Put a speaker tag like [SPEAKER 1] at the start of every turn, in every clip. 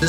[SPEAKER 1] 时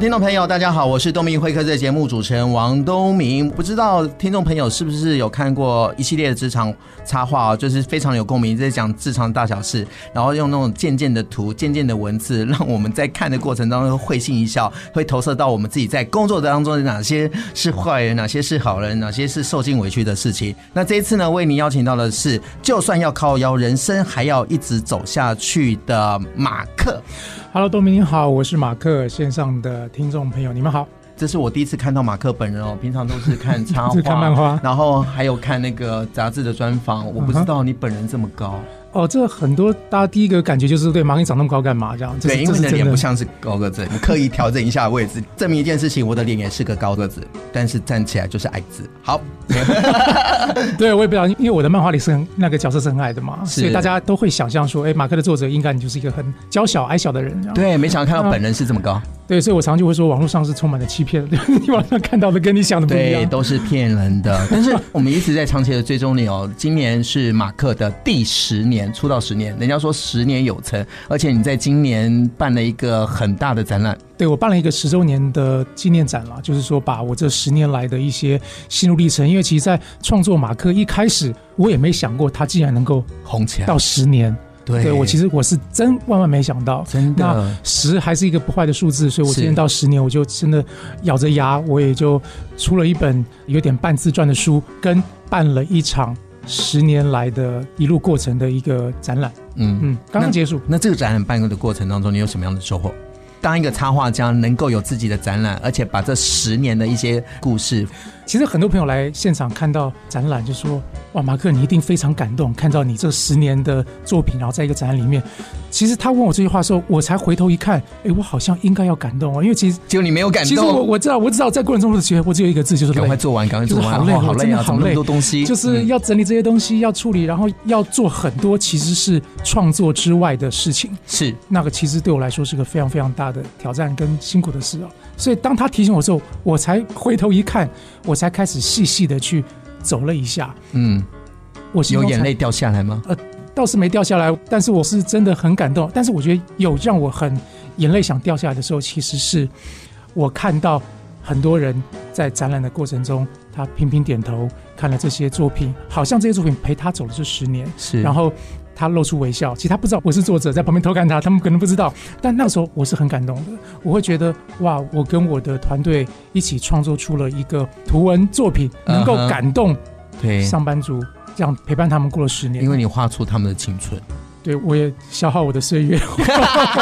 [SPEAKER 2] 听众朋友，大家好，我是东明会客室的节目主持人王东明。不知道听众朋友是不是有看过一系列的职场插画哦，就是非常有共鸣，在讲职场大小事，然后用那种渐渐的图、渐渐的文字，让我们在看的过程当中会心一笑，会投射到我们自己在工作当中的哪些是坏人，哪些是好人，哪些是受尽委屈的事情。那这一次呢，为您邀请到的是，就算要靠腰，人生还要一直走下去的马克。
[SPEAKER 3] Hello，东明你好，我是马克，线上的听众朋友，你们好。
[SPEAKER 2] 这是我第一次看到马克本人 哦，平常都是看插画、
[SPEAKER 3] 是看漫画嗯
[SPEAKER 2] 然后还有看那个杂志的专访。我不知道你本人这么高，
[SPEAKER 3] 哦，这很多大家第一个感觉就是对马克你长那么高干嘛？这样，这是
[SPEAKER 2] 对，因
[SPEAKER 3] 这
[SPEAKER 2] 为你
[SPEAKER 3] 是
[SPEAKER 2] 的
[SPEAKER 3] 真
[SPEAKER 2] 脸不像是高个子，我 刻意调整一下位置，证明一件事情，我的脸也是个高个子，但是站起来就是矮子。好，
[SPEAKER 3] 对，我也不知道，因为我的漫画里是很那个角色是很矮的嘛，所以大家都会想象说，哎，马克的作者应该你就是一个很娇小矮小的人，这样
[SPEAKER 2] 对，没想到看到本人是这么高，
[SPEAKER 3] 对，所以我常就会说，网络上是充满了欺骗，对 你网上看到的跟你想的 不一
[SPEAKER 2] 对，
[SPEAKER 3] 样。
[SPEAKER 2] 都是骗人的。 但是我们一直在长期的追踪你哦，今年是马克的第十年出道十年，人家说十年有成，而且你在今年办了一个很大的展览。
[SPEAKER 3] 对我办了一个十周年的纪念展啦，就是说把我这十年来的一些心路历程，因为其实，在创作马克一开始，我也没想过他竟然能够
[SPEAKER 2] 红起来
[SPEAKER 3] 到，十年。
[SPEAKER 2] 对
[SPEAKER 3] 对我其实我是真万万没想到，
[SPEAKER 2] 真
[SPEAKER 3] 那
[SPEAKER 2] 的，
[SPEAKER 3] 十还是一个不坏的数字，所以我
[SPEAKER 2] 是
[SPEAKER 3] 今年到十年，我就真的咬着牙，我也就出了一本有点半自传的书，跟办了一场十年来的一路过程的一个展览，
[SPEAKER 2] 嗯
[SPEAKER 3] 嗯，刚刚结束。
[SPEAKER 2] 那这个展览办的过程当中，你有什么样的收获？当一个插画家能够有自己的展览，而且把这十年的一些故事，
[SPEAKER 3] 其实很多朋友来现场看到展览，就说：“哇，马克，你一定非常感动，看到你这十年的作品，然后在一个展览里面。”其实他问我这句话的时候，我才回头一看，哎，我好像应该要感动哦，因为其实
[SPEAKER 2] 结果你没有感
[SPEAKER 3] 其实我
[SPEAKER 2] 动，
[SPEAKER 3] 我知道我知道在过程中的觉得，我只有一个字就是
[SPEAKER 2] 赶快
[SPEAKER 3] 累。
[SPEAKER 2] 做完，赶快
[SPEAKER 3] 就
[SPEAKER 2] 做
[SPEAKER 3] 是
[SPEAKER 2] 完，
[SPEAKER 3] 好累
[SPEAKER 2] 哦好
[SPEAKER 3] 我
[SPEAKER 2] 累
[SPEAKER 3] 真的
[SPEAKER 2] 啊，
[SPEAKER 3] 好
[SPEAKER 2] 怎么那么
[SPEAKER 3] 累
[SPEAKER 2] 多东西？
[SPEAKER 3] 就是
[SPEAKER 2] 嗯
[SPEAKER 3] 要整理这些东西，要处理，然后要做很多其实是创作之外的事情。
[SPEAKER 2] 是
[SPEAKER 3] 那个其实对我来说是个非常非常大的挑战跟辛苦的事哦。所以当他提醒我之后，我才回头一看，我才开始细细的去走了一下。
[SPEAKER 2] 嗯，
[SPEAKER 3] 我心
[SPEAKER 2] 有
[SPEAKER 3] 中
[SPEAKER 2] 眼
[SPEAKER 3] 才
[SPEAKER 2] 泪掉下来吗？
[SPEAKER 3] 倒是没掉下来，但是我是真的很感动。但是我觉得有让我很眼泪想掉下来的时候，其实是我看到很多人在展览的过程中，他频频点头看了这些作品，好像这些作品陪他走了这十年，
[SPEAKER 2] 是，
[SPEAKER 3] 然后他露出微笑。其实他不知道我是作者，在旁边偷看他，他们可能不知道。但那个时候我是很感动的，我会觉得哇，我跟我的团队一起创作出了一个图文作品，能够
[SPEAKER 2] 嗯哼嗯
[SPEAKER 3] 感动
[SPEAKER 2] 对，
[SPEAKER 3] 上班族。这样陪伴他们过了十年，
[SPEAKER 2] 因为你画出他们的青 春，
[SPEAKER 3] 对，我也消耗我的岁月。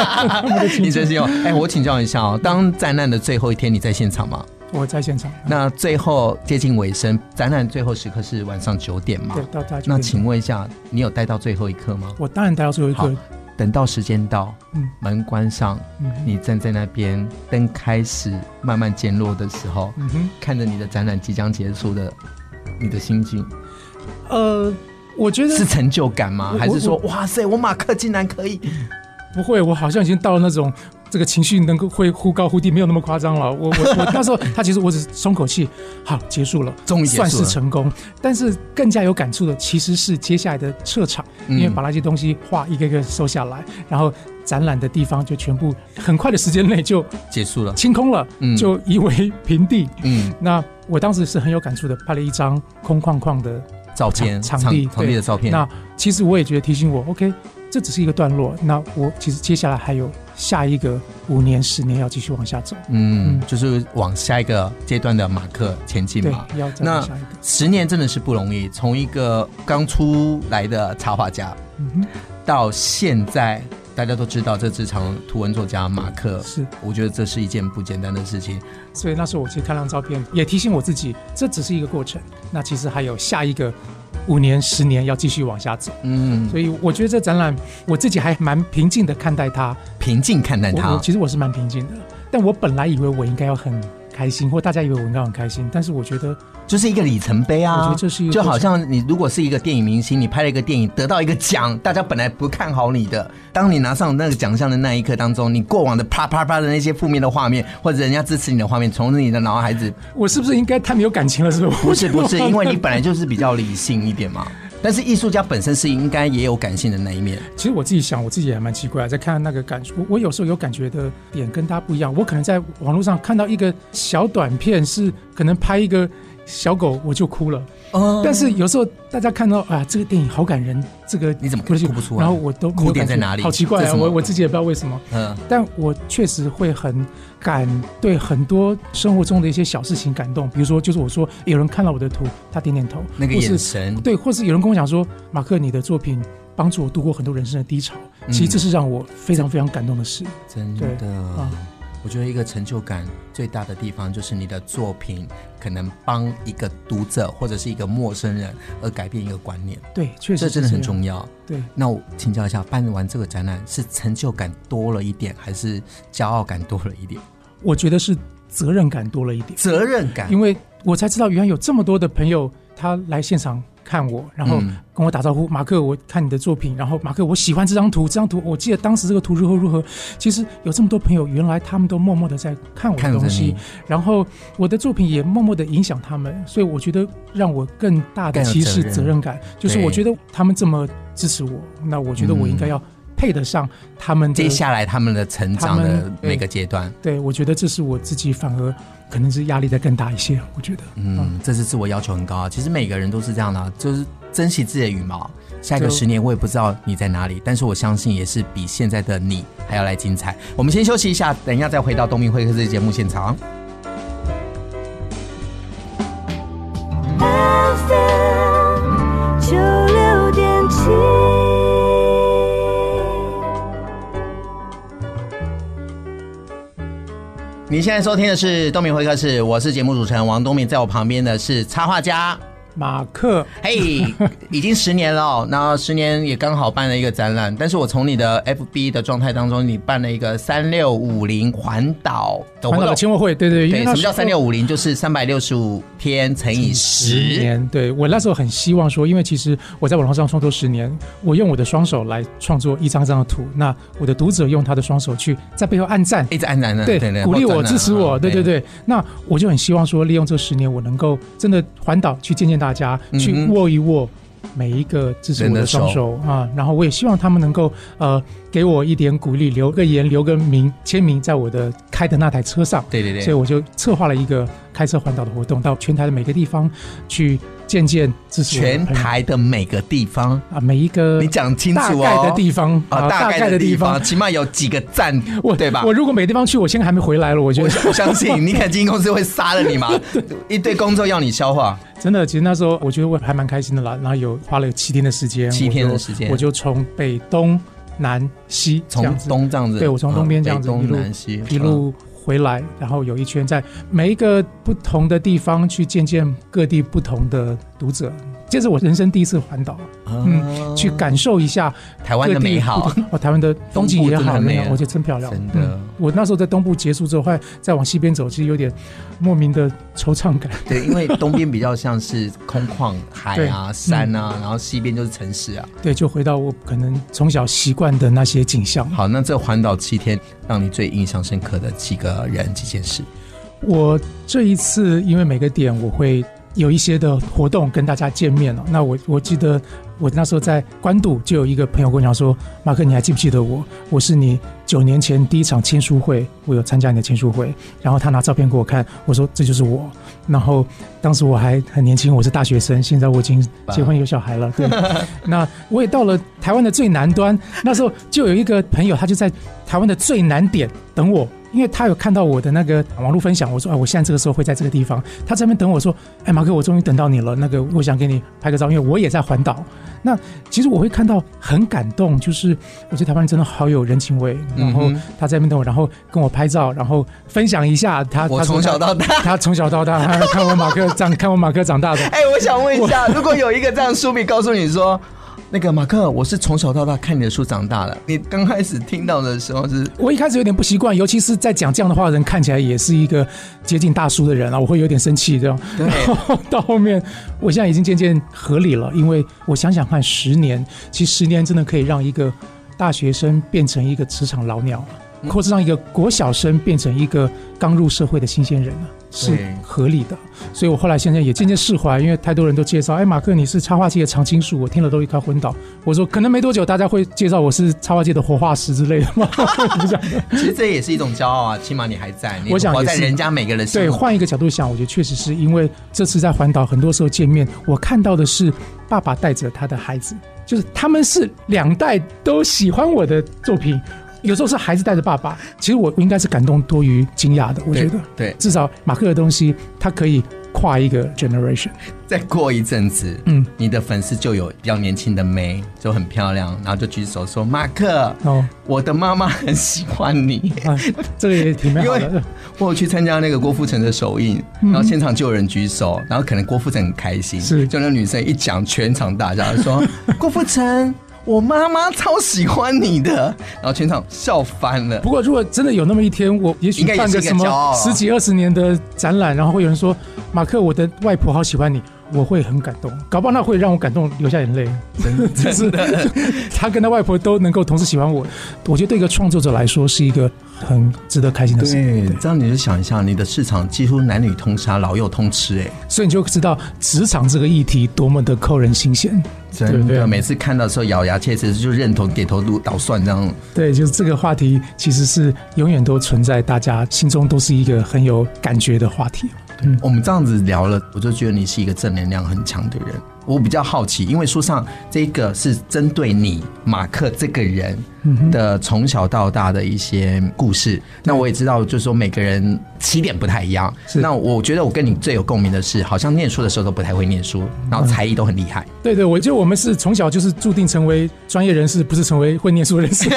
[SPEAKER 2] 你真是有。哎，我请教一下哦，当展览的最后一天，你在现场吗？
[SPEAKER 3] 我在现场，
[SPEAKER 2] 那最后接近尾声，展览最后时刻是晚上九点嘛
[SPEAKER 3] 对，？到大
[SPEAKER 2] 那
[SPEAKER 3] 家就可以
[SPEAKER 2] 请问一下，你有待到最后一刻吗？
[SPEAKER 3] 我当然待到最后一
[SPEAKER 2] 好
[SPEAKER 3] 个，
[SPEAKER 2] 等到时间到，
[SPEAKER 3] 嗯
[SPEAKER 2] 门关上，
[SPEAKER 3] 嗯，
[SPEAKER 2] 你站在那边，灯开始慢慢渐落的时候，
[SPEAKER 3] 嗯哼，
[SPEAKER 2] 看着你的展览即将结束的，你的心境
[SPEAKER 3] 呃，我觉得
[SPEAKER 2] 是成就感吗？
[SPEAKER 3] 我
[SPEAKER 2] 还是说
[SPEAKER 3] 我，
[SPEAKER 2] 哇塞，我马克竟然可以？
[SPEAKER 3] 不会，我好像已经到了那种这个情绪能够会忽高忽低，没有那么夸张了。我我 我那时候，他其实我只是松口气，好，结束了，
[SPEAKER 2] 终于结束
[SPEAKER 3] 算
[SPEAKER 2] 了
[SPEAKER 3] 是成功。但是更加有感触的其实是接下来的撤场，
[SPEAKER 2] 嗯
[SPEAKER 3] 因为把那些东西画一个一个收下来，然后展览的地方就全部很快的时间内就
[SPEAKER 2] 结束了，
[SPEAKER 3] 清空了，
[SPEAKER 2] 嗯
[SPEAKER 3] 就夷为平地。
[SPEAKER 2] 嗯，
[SPEAKER 3] 那我当时是很有感触的，拍了一张空旷旷的。
[SPEAKER 2] 照片、
[SPEAKER 3] 场场地
[SPEAKER 2] 场地的照片，
[SPEAKER 3] 那其实我也觉得提醒我，OK，这只是一个段落。那我其实接下来还有下一个五年、十年要继续往下走。
[SPEAKER 2] 嗯，
[SPEAKER 3] 嗯
[SPEAKER 2] 就是往下一个阶段的马克前进
[SPEAKER 3] 对
[SPEAKER 2] 嘛。，
[SPEAKER 3] 要再
[SPEAKER 2] 那
[SPEAKER 3] 往下一个。
[SPEAKER 2] 十年真的是不容易，从一个刚出来的插画家，
[SPEAKER 3] 嗯哼，
[SPEAKER 2] 到现在，大家都知道这职场图文作家马克，
[SPEAKER 3] 是。
[SPEAKER 2] 我觉得这是一件不简单的事情。
[SPEAKER 3] 所以那时候我其实看那张照片，也提醒我自己，这只是一个过程。那其实还有下一个五年、十年要继续往下走。
[SPEAKER 2] 嗯，
[SPEAKER 3] 所以我觉得这展览，我自己还蛮平静的看待它。
[SPEAKER 2] 平静看待
[SPEAKER 3] 我我
[SPEAKER 2] 它，
[SPEAKER 3] 其实我是蛮平静的，但我本来以为我应该要很开心，或大家以为文高很开心，但是我觉得，
[SPEAKER 2] 就是一个里程碑
[SPEAKER 3] 我觉
[SPEAKER 2] 啊
[SPEAKER 3] 得。这是一个
[SPEAKER 2] 就
[SPEAKER 3] 过
[SPEAKER 2] 好
[SPEAKER 3] 程
[SPEAKER 2] 像你如果是一个电影明星，你拍了一个电影得到一个奖，大家本来不看好你的，当你拿上那个奖项的那一刻当中，你过往的啪啪啪的那些负面的画面，或者人家支持你的画面，从你的脑海子
[SPEAKER 3] 我是不是应该太没有感情了？是不是？
[SPEAKER 2] 不是 不是，因为你本来就是比较理性一点嘛。但是艺术家本身是应该也有感性的那一面，
[SPEAKER 3] 其实我自己想，我自己也还蛮奇怪，在看那个感觉，我我有时候有感觉的点跟大家不一样。我可能在网络上看到一个小短片，是可能拍一个小狗，我就哭了。
[SPEAKER 2] 哦
[SPEAKER 3] 但是有时候大家看到啊，这个电影好感人，这个
[SPEAKER 2] 你怎么
[SPEAKER 3] 我就
[SPEAKER 2] 哭不出来
[SPEAKER 3] 然后我都没有
[SPEAKER 2] 哭点
[SPEAKER 3] 感觉
[SPEAKER 2] 在哪里
[SPEAKER 3] 好奇怪
[SPEAKER 2] 这
[SPEAKER 3] 啊！
[SPEAKER 2] 是什么
[SPEAKER 3] 我我自己也不知道为什么，
[SPEAKER 2] 嗯，
[SPEAKER 3] 但我确实会很感对很多生活中的一些小事情感动。比如说，就是我说有人看到我的图，他点点头，
[SPEAKER 2] 那个
[SPEAKER 3] 或是
[SPEAKER 2] 眼神，
[SPEAKER 3] 对，或是有人跟我讲说，马克，你的作品帮助我度过很多人生的低潮，
[SPEAKER 2] 嗯
[SPEAKER 3] 其实这是让我非常非常感动的事。
[SPEAKER 2] 真
[SPEAKER 3] 对
[SPEAKER 2] 的
[SPEAKER 3] 啊，
[SPEAKER 2] 我觉得一个成就感最大的地方就是你的作品可能帮一个读者或者是一个陌生人而改变一个观念，
[SPEAKER 3] 对，确实
[SPEAKER 2] 这真的很重
[SPEAKER 3] 要。
[SPEAKER 2] 要。
[SPEAKER 3] 对，
[SPEAKER 2] 那我请教一下，办完这个展览是成就感多了一点，还是骄傲感多了一点？
[SPEAKER 3] 我觉得是责任感多了一点，
[SPEAKER 2] 责任感，
[SPEAKER 3] 因为我才知道原来有这么多的朋友他来现场看我，然后
[SPEAKER 2] 嗯
[SPEAKER 3] 跟我打招呼，马克，我看你的作品，然后马克，我喜欢这张图，这张图我记得当时这个图如何如何。其实有这么多朋友，原来他们都默默的在看我
[SPEAKER 2] 看
[SPEAKER 3] 的
[SPEAKER 2] 着
[SPEAKER 3] 东西
[SPEAKER 2] 你，
[SPEAKER 3] 然后我的作品也默默的影响他们，所以我觉得让我更大的
[SPEAKER 2] 更有
[SPEAKER 3] 其实
[SPEAKER 2] 责任
[SPEAKER 3] 责任感，就是我
[SPEAKER 2] 对
[SPEAKER 3] 觉得他们这么支持我，那我觉得我应该要配得上他们的。
[SPEAKER 2] 接下来他们的成长
[SPEAKER 3] 他
[SPEAKER 2] 的
[SPEAKER 3] 们
[SPEAKER 2] 每个阶段，
[SPEAKER 3] 对，我觉得这是我自己反而可能是压力再更大一些，我觉得。
[SPEAKER 2] 嗯，这是自我要求很高啊。其实每个人都是这样的啊、就是珍惜自己的羽毛。下一个
[SPEAKER 3] 就
[SPEAKER 2] 十年，我也不知道你在哪里，但是我相信也是比现在的你还要来精彩。我们先休息一下，等一下再回到东明会客室节目现场。
[SPEAKER 4] FM 九六点七。
[SPEAKER 2] 你现在收听的是东明会客室，我是节目主持人王东明，在我旁边的是插画家。
[SPEAKER 3] 马克，
[SPEAKER 2] 嘿、已经十年了哦，那十年也刚好办了一个展览，但是我从你的 FB 的状态当中，你办了一个三六五零环岛的
[SPEAKER 3] 环
[SPEAKER 2] 活
[SPEAKER 3] 岛
[SPEAKER 2] 动。
[SPEAKER 3] 签货会，对对，因
[SPEAKER 2] 对，
[SPEAKER 3] 为
[SPEAKER 2] 什
[SPEAKER 3] 那
[SPEAKER 2] 么叫
[SPEAKER 3] 时候
[SPEAKER 2] 三六五零？就是三百六十五天乘以
[SPEAKER 3] 十
[SPEAKER 2] 十。
[SPEAKER 3] 年，对我那时候很希望说，因为其实我在网络上创作十年，我用我的双手来创作一张张的图，那我的读者用他的双手去在背后按赞，
[SPEAKER 2] 一直按赞呢，
[SPEAKER 3] 对，
[SPEAKER 2] 哎对，
[SPEAKER 3] 鼓励我、支持我，对对
[SPEAKER 2] 对，
[SPEAKER 3] 对。那我就很希望说，利用这十年，我能够真的环岛去见见大家，
[SPEAKER 2] 嗯哼
[SPEAKER 3] 去握一握每一个支持我的双手啊。然后我也希望他们能够呃给我一点鼓励，留个言，留个名，签名在我的开的那台车上。
[SPEAKER 2] 对对
[SPEAKER 3] 所以
[SPEAKER 2] 对。
[SPEAKER 3] 我就策划了一个开车环岛的活动，到全台的每个地方去见见支持我的
[SPEAKER 2] 全
[SPEAKER 3] 朋友
[SPEAKER 2] 台的每个地方，
[SPEAKER 3] 啊，每一个
[SPEAKER 2] 你讲清
[SPEAKER 3] 大
[SPEAKER 2] 楚
[SPEAKER 3] 概
[SPEAKER 2] 哦
[SPEAKER 3] 的。地方
[SPEAKER 2] 啊，大概的地
[SPEAKER 3] 方
[SPEAKER 2] 方，，起码有几个站
[SPEAKER 3] 我，
[SPEAKER 2] 对吧
[SPEAKER 3] 我？如果每个地方去，我现在还没回来了，我觉
[SPEAKER 2] 我
[SPEAKER 3] 得
[SPEAKER 2] 我相信，你肯经纪公司会杀了你嘛？一堆工作要你消化，
[SPEAKER 3] 真的，其实那时候我觉得我还蛮开心的啦。然后有花了七天的时间，
[SPEAKER 2] 七天的
[SPEAKER 3] 我就
[SPEAKER 2] 时间
[SPEAKER 3] 我就从北东南西这
[SPEAKER 2] 从
[SPEAKER 3] 样子
[SPEAKER 2] 东这样子，
[SPEAKER 3] 对我从东边这样子
[SPEAKER 2] 嗯北哦
[SPEAKER 3] 一路
[SPEAKER 2] 东南西
[SPEAKER 3] 一路回来，然后有一圈在每一个不同的地方去见见各地不同的读者。这是我人生第一次环岛，
[SPEAKER 2] 嗯
[SPEAKER 3] 去感受一下
[SPEAKER 2] 台湾的美好啊
[SPEAKER 3] 各地不同。哦，台湾的风景也
[SPEAKER 2] 东部真的
[SPEAKER 3] 好
[SPEAKER 2] 很美啊
[SPEAKER 3] 我觉得真漂亮，
[SPEAKER 2] 真的
[SPEAKER 3] 嗯我那时候在东部结束之后，后来再往西边走，其实有点莫名的惆怅感。
[SPEAKER 2] 对，因为东边比较像是空旷海 啊、山
[SPEAKER 3] 嗯
[SPEAKER 2] 啊，然后西边就是城市啊。
[SPEAKER 3] 对，就回到我可能从小习惯的那些景象。
[SPEAKER 2] 好，那这环岛七天，让你最印象深刻的几个人、几件事？
[SPEAKER 3] 我这一次因为每个点我会有一些的活动跟大家见面哦。那我我记得我那时候在关渡就有一个朋友跟我讲说，马克你还记不记得我？我是你九年前第一场签书会，我有参加你的签书会，然后他拿照片给我看，我说这就是我。然后当时我还很年轻，我是大学生，现在我已经结婚有小孩了。 对，那我也到了台湾的最南端，那时候就有一个朋友，他就在台湾的最南点等我，因为他有看到我的那个网络分享，我说啊，我现在这个时候会在这个地方，他这边等我说，哎，马哥，我终于等到你了，那个我想给你拍个照，因为我也在环岛。那其实我会看到很感动，就是我觉得台湾人真的好有人情味，然后
[SPEAKER 2] 嗯哼
[SPEAKER 3] 他在那边等我，然后跟我拍照，然后分享一下他
[SPEAKER 2] 我
[SPEAKER 3] 他说
[SPEAKER 2] 从
[SPEAKER 3] 他
[SPEAKER 2] 小到大
[SPEAKER 3] 他从小到大看我马克长看我马克长大的，
[SPEAKER 2] 哎、我想问一下，如果有一个这样书迷告诉你说，那个马克，我是从小到大看你的书长大的。你刚开始听到的时候 是
[SPEAKER 3] 我一开始有点不习惯，尤其是在讲这样的话的人看起来也是一个接近大叔的人啊，我会有点生气这样。
[SPEAKER 2] 对
[SPEAKER 3] 然后 到后面，我现在已经渐渐合理了，因为我想想看，十年，其实十年真的可以让一个大学生变成一个职场老鸟啊，
[SPEAKER 2] 嗯
[SPEAKER 3] 或是让一个国小生变成一个刚入社会的新鲜人啊，是
[SPEAKER 2] 对
[SPEAKER 3] 合理的。所以我后来现在也渐渐释怀，因为太多人都介绍，哎，马克你是插画界的常青树，我听了都一快昏倒。我说可能没多久大家会介绍我是插画界的活化石之类的嘛，不想
[SPEAKER 2] 其实这也是一种骄傲啊，起码你还在，你
[SPEAKER 3] 我想也
[SPEAKER 2] 活在
[SPEAKER 3] 是
[SPEAKER 2] 人家每个人心
[SPEAKER 3] 对，
[SPEAKER 2] 里
[SPEAKER 3] 换一个角度想，我觉得确实是因为这次在环岛，很多时候见面，我看到的是爸爸带着他的孩子，就是他们是两代都喜欢我的作品，有时候是孩子带着爸爸。其实我应该是感动多于惊讶的，我觉得
[SPEAKER 2] 对对
[SPEAKER 3] 至少马克的东西，它可以跨一个 generation。
[SPEAKER 2] 再过一阵子，
[SPEAKER 3] 嗯
[SPEAKER 2] 嗯，你的粉丝就有比较年轻的妹，就很漂亮，然后就举手说：“马克，
[SPEAKER 3] 哦，
[SPEAKER 2] 我的妈妈很喜欢你。
[SPEAKER 3] 啊，这个也挺美好
[SPEAKER 2] 因
[SPEAKER 3] 的。
[SPEAKER 2] 我有去参加那个郭富城的首映，然后现场就有人举手，然后可能郭富城很开心，
[SPEAKER 3] 嗯是
[SPEAKER 2] 就那女生一讲，全场大笑， 说：“郭富城，我妈妈超喜欢你的。” 然后全场笑翻了
[SPEAKER 3] 不。过，如果真的有那么一天，我也许
[SPEAKER 2] 应该也
[SPEAKER 3] 办
[SPEAKER 2] 是
[SPEAKER 3] 个
[SPEAKER 2] 一个
[SPEAKER 3] 什
[SPEAKER 2] 骄傲
[SPEAKER 3] 么
[SPEAKER 2] 啊
[SPEAKER 3] 十几二十年的展览，然后会有人说：“马克，我的外婆好喜欢你。”我会很感动，搞不好那会让我感动流下眼泪。 真的，他跟他外婆都能够同时喜欢我，我觉得对一个创作者来说是一个很值得开心的事。
[SPEAKER 2] 对，这样你就想一下，你的市场几乎男女通杀，老幼通吃、哎。
[SPEAKER 3] 所以你就知道职场这个议题多么的扣人心弦。对
[SPEAKER 2] 真
[SPEAKER 3] 不对
[SPEAKER 2] 的，每次看到的时候咬牙切齿，就认同、点头、如捣蒜这样。
[SPEAKER 3] 对，就是这个话题其实是永远都存在大家心中，都是一个很有感觉的话题。
[SPEAKER 2] 我们这样子聊了，我就觉得你是一个正能量很强的人。我比较好奇，因为书上这个是针对你马克这个人
[SPEAKER 3] 嗯
[SPEAKER 2] 的从小到大的一些故事。那我也知道，就是说每个人起点不太一样。
[SPEAKER 3] 是
[SPEAKER 2] 那我觉得我跟你最有共鸣的是，好像念书的时候都不太会念
[SPEAKER 3] 嗯
[SPEAKER 2] 书，然后才艺都很厉害。
[SPEAKER 3] 对对，我觉得我们是从小就是注定成为专业人士，不是成为会念书的 人士。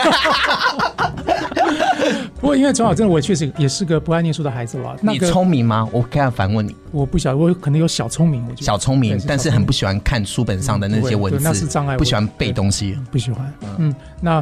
[SPEAKER 3] 不过因为从小真的我确实也是个不爱念书的孩子了，那
[SPEAKER 2] 你
[SPEAKER 3] 个
[SPEAKER 2] 聪明吗？我刚才反问你，
[SPEAKER 3] 我不晓得，我可能有小聪明，我觉得
[SPEAKER 2] 小聪
[SPEAKER 3] 对
[SPEAKER 2] 明，但是很
[SPEAKER 3] 小聪明
[SPEAKER 2] 不喜欢看书本上的那些
[SPEAKER 3] 嗯
[SPEAKER 2] 文
[SPEAKER 3] 对
[SPEAKER 2] 字，
[SPEAKER 3] 那是障碍
[SPEAKER 2] 不喜欢
[SPEAKER 3] 我
[SPEAKER 2] 背东西。
[SPEAKER 3] 不喜欢。嗯，那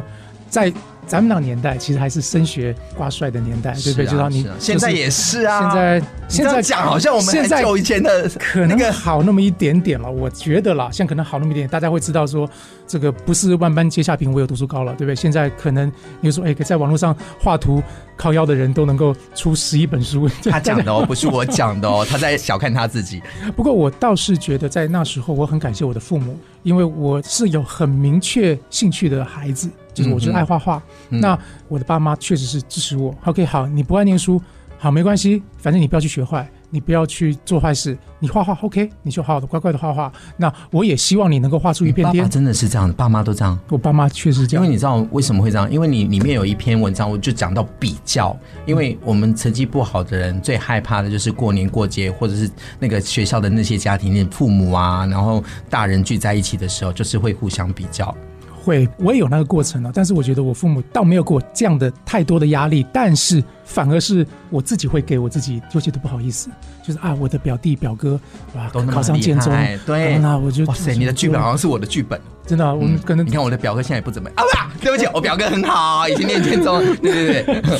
[SPEAKER 3] 在咱们那个年代，其实还是升学挂帅的年代，哎对不对？
[SPEAKER 2] 是啊
[SPEAKER 3] 就让你
[SPEAKER 2] 是啊现在
[SPEAKER 3] 就是
[SPEAKER 2] 也是啊，
[SPEAKER 3] 现在
[SPEAKER 2] 你这
[SPEAKER 3] 现
[SPEAKER 2] 样
[SPEAKER 3] 在
[SPEAKER 2] 讲好像我们
[SPEAKER 3] 现
[SPEAKER 2] 很
[SPEAKER 3] 在
[SPEAKER 2] 久以前的
[SPEAKER 3] 可
[SPEAKER 2] 那
[SPEAKER 3] 能
[SPEAKER 2] 个
[SPEAKER 3] 好那么一点点了，我觉得啦，现在可能好那么一点点，大家会知道说这个不是万般皆下品，唯有读书高了，对不对？现在可能你说，哎，在网络上画图靠腰的人都能够出十一本书，
[SPEAKER 2] 他讲
[SPEAKER 3] 大
[SPEAKER 2] 的 哦，不是我讲的哦，他在小看他自己。
[SPEAKER 3] 家。不过我倒是觉得在那时候，我很感谢我的父母，因为我是有很明确兴趣的孩子，就是我就是爱画画。
[SPEAKER 2] 嗯
[SPEAKER 3] 那我的爸妈确实是支持我。OK，好，你不爱念书，好没关系，反正你不要去学坏，你不要去做坏事，你画画 OK，你就好好的乖乖的画画。那我也希望你能够画出一片
[SPEAKER 2] 爸爸
[SPEAKER 3] 天。
[SPEAKER 2] 真的是这样，爸妈都这样。
[SPEAKER 3] 我爸妈确实这
[SPEAKER 2] 因为
[SPEAKER 3] 样，
[SPEAKER 2] 你知道为什么会这样？因为你里面有一篇文章，我就讲到比较。因为我们成绩不好的人最害怕的就是过年过节，或者是那个学校的那些家庭，那父母啊，然后大人聚在一起的时候，就是会互相比较。
[SPEAKER 3] 嗯会我也有那个过程啊。但是我觉得我父母倒没有给我这样的太多的压力，但是反而是我自己会给我自己就觉得不好意思，就是啊，我的表弟表哥哇
[SPEAKER 2] 都那么
[SPEAKER 3] 考上
[SPEAKER 2] 厉
[SPEAKER 3] 建中
[SPEAKER 2] 害，对
[SPEAKER 3] 那我就
[SPEAKER 2] 哇塞，你的剧本好像是我的剧本。
[SPEAKER 3] 真的啊、我们可能
[SPEAKER 2] 你看我的表哥现在也不怎么样啊，不是啊， 对不起，我表哥很好，已经念建中了。对对对。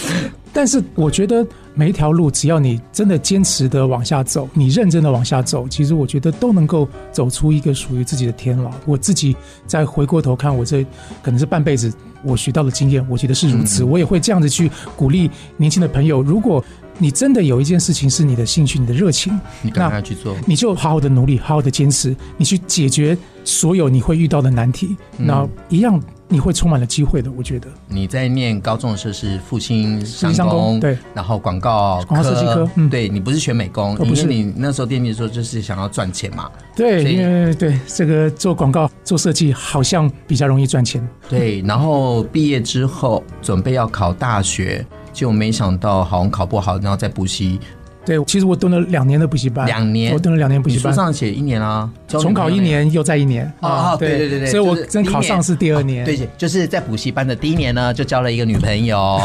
[SPEAKER 3] 但是我觉得每一条路，只要你真的坚持的往下走，你认真的往下走，其实我觉得都能够走出一个属于自己的天牢。我自己再回过头看，我这可能是半辈子我学到的经验，我觉得是如此。
[SPEAKER 2] 嗯
[SPEAKER 3] 我也会这样子去鼓励年轻的朋友，如果你真的有一件事情是你的兴趣、你的热情，
[SPEAKER 2] 你赶快去做。
[SPEAKER 3] 你就好好的努力，好好的坚持，你去解决所有你会遇到的难题，
[SPEAKER 2] 嗯
[SPEAKER 3] 那一样你会充满了机会的。我觉得，
[SPEAKER 2] 你在念高中的时候是复兴商
[SPEAKER 3] 商工
[SPEAKER 2] 工，
[SPEAKER 3] 对，
[SPEAKER 2] 然后广告
[SPEAKER 3] 广告设计科嗯
[SPEAKER 2] 对你不是学美工，
[SPEAKER 3] 我不
[SPEAKER 2] 因为
[SPEAKER 3] 是
[SPEAKER 2] 你那时候惦记说就是想要赚钱嘛，
[SPEAKER 3] 对，
[SPEAKER 2] 所以
[SPEAKER 3] 因为对这个做广告、做设计好像比较容易赚钱。
[SPEAKER 2] 对，然后毕业之后准备要考大学，结果没想到好像考不好，然后再补习。
[SPEAKER 3] 对，其实我蹲了两年的补习班，
[SPEAKER 2] 两年
[SPEAKER 3] 我蹲了两年补
[SPEAKER 2] 你
[SPEAKER 3] 习
[SPEAKER 2] 书
[SPEAKER 3] 班，
[SPEAKER 2] 上写一年啊，交女
[SPEAKER 3] 重
[SPEAKER 2] 朋友
[SPEAKER 3] 考一
[SPEAKER 2] 那个。
[SPEAKER 3] 年又再一年啊
[SPEAKER 2] 哦，对对对对，
[SPEAKER 3] 所以我
[SPEAKER 2] 就是
[SPEAKER 3] 真考上是第二年，
[SPEAKER 2] 哦对，就是在补习班的第一年呢，就交了一个女朋 友，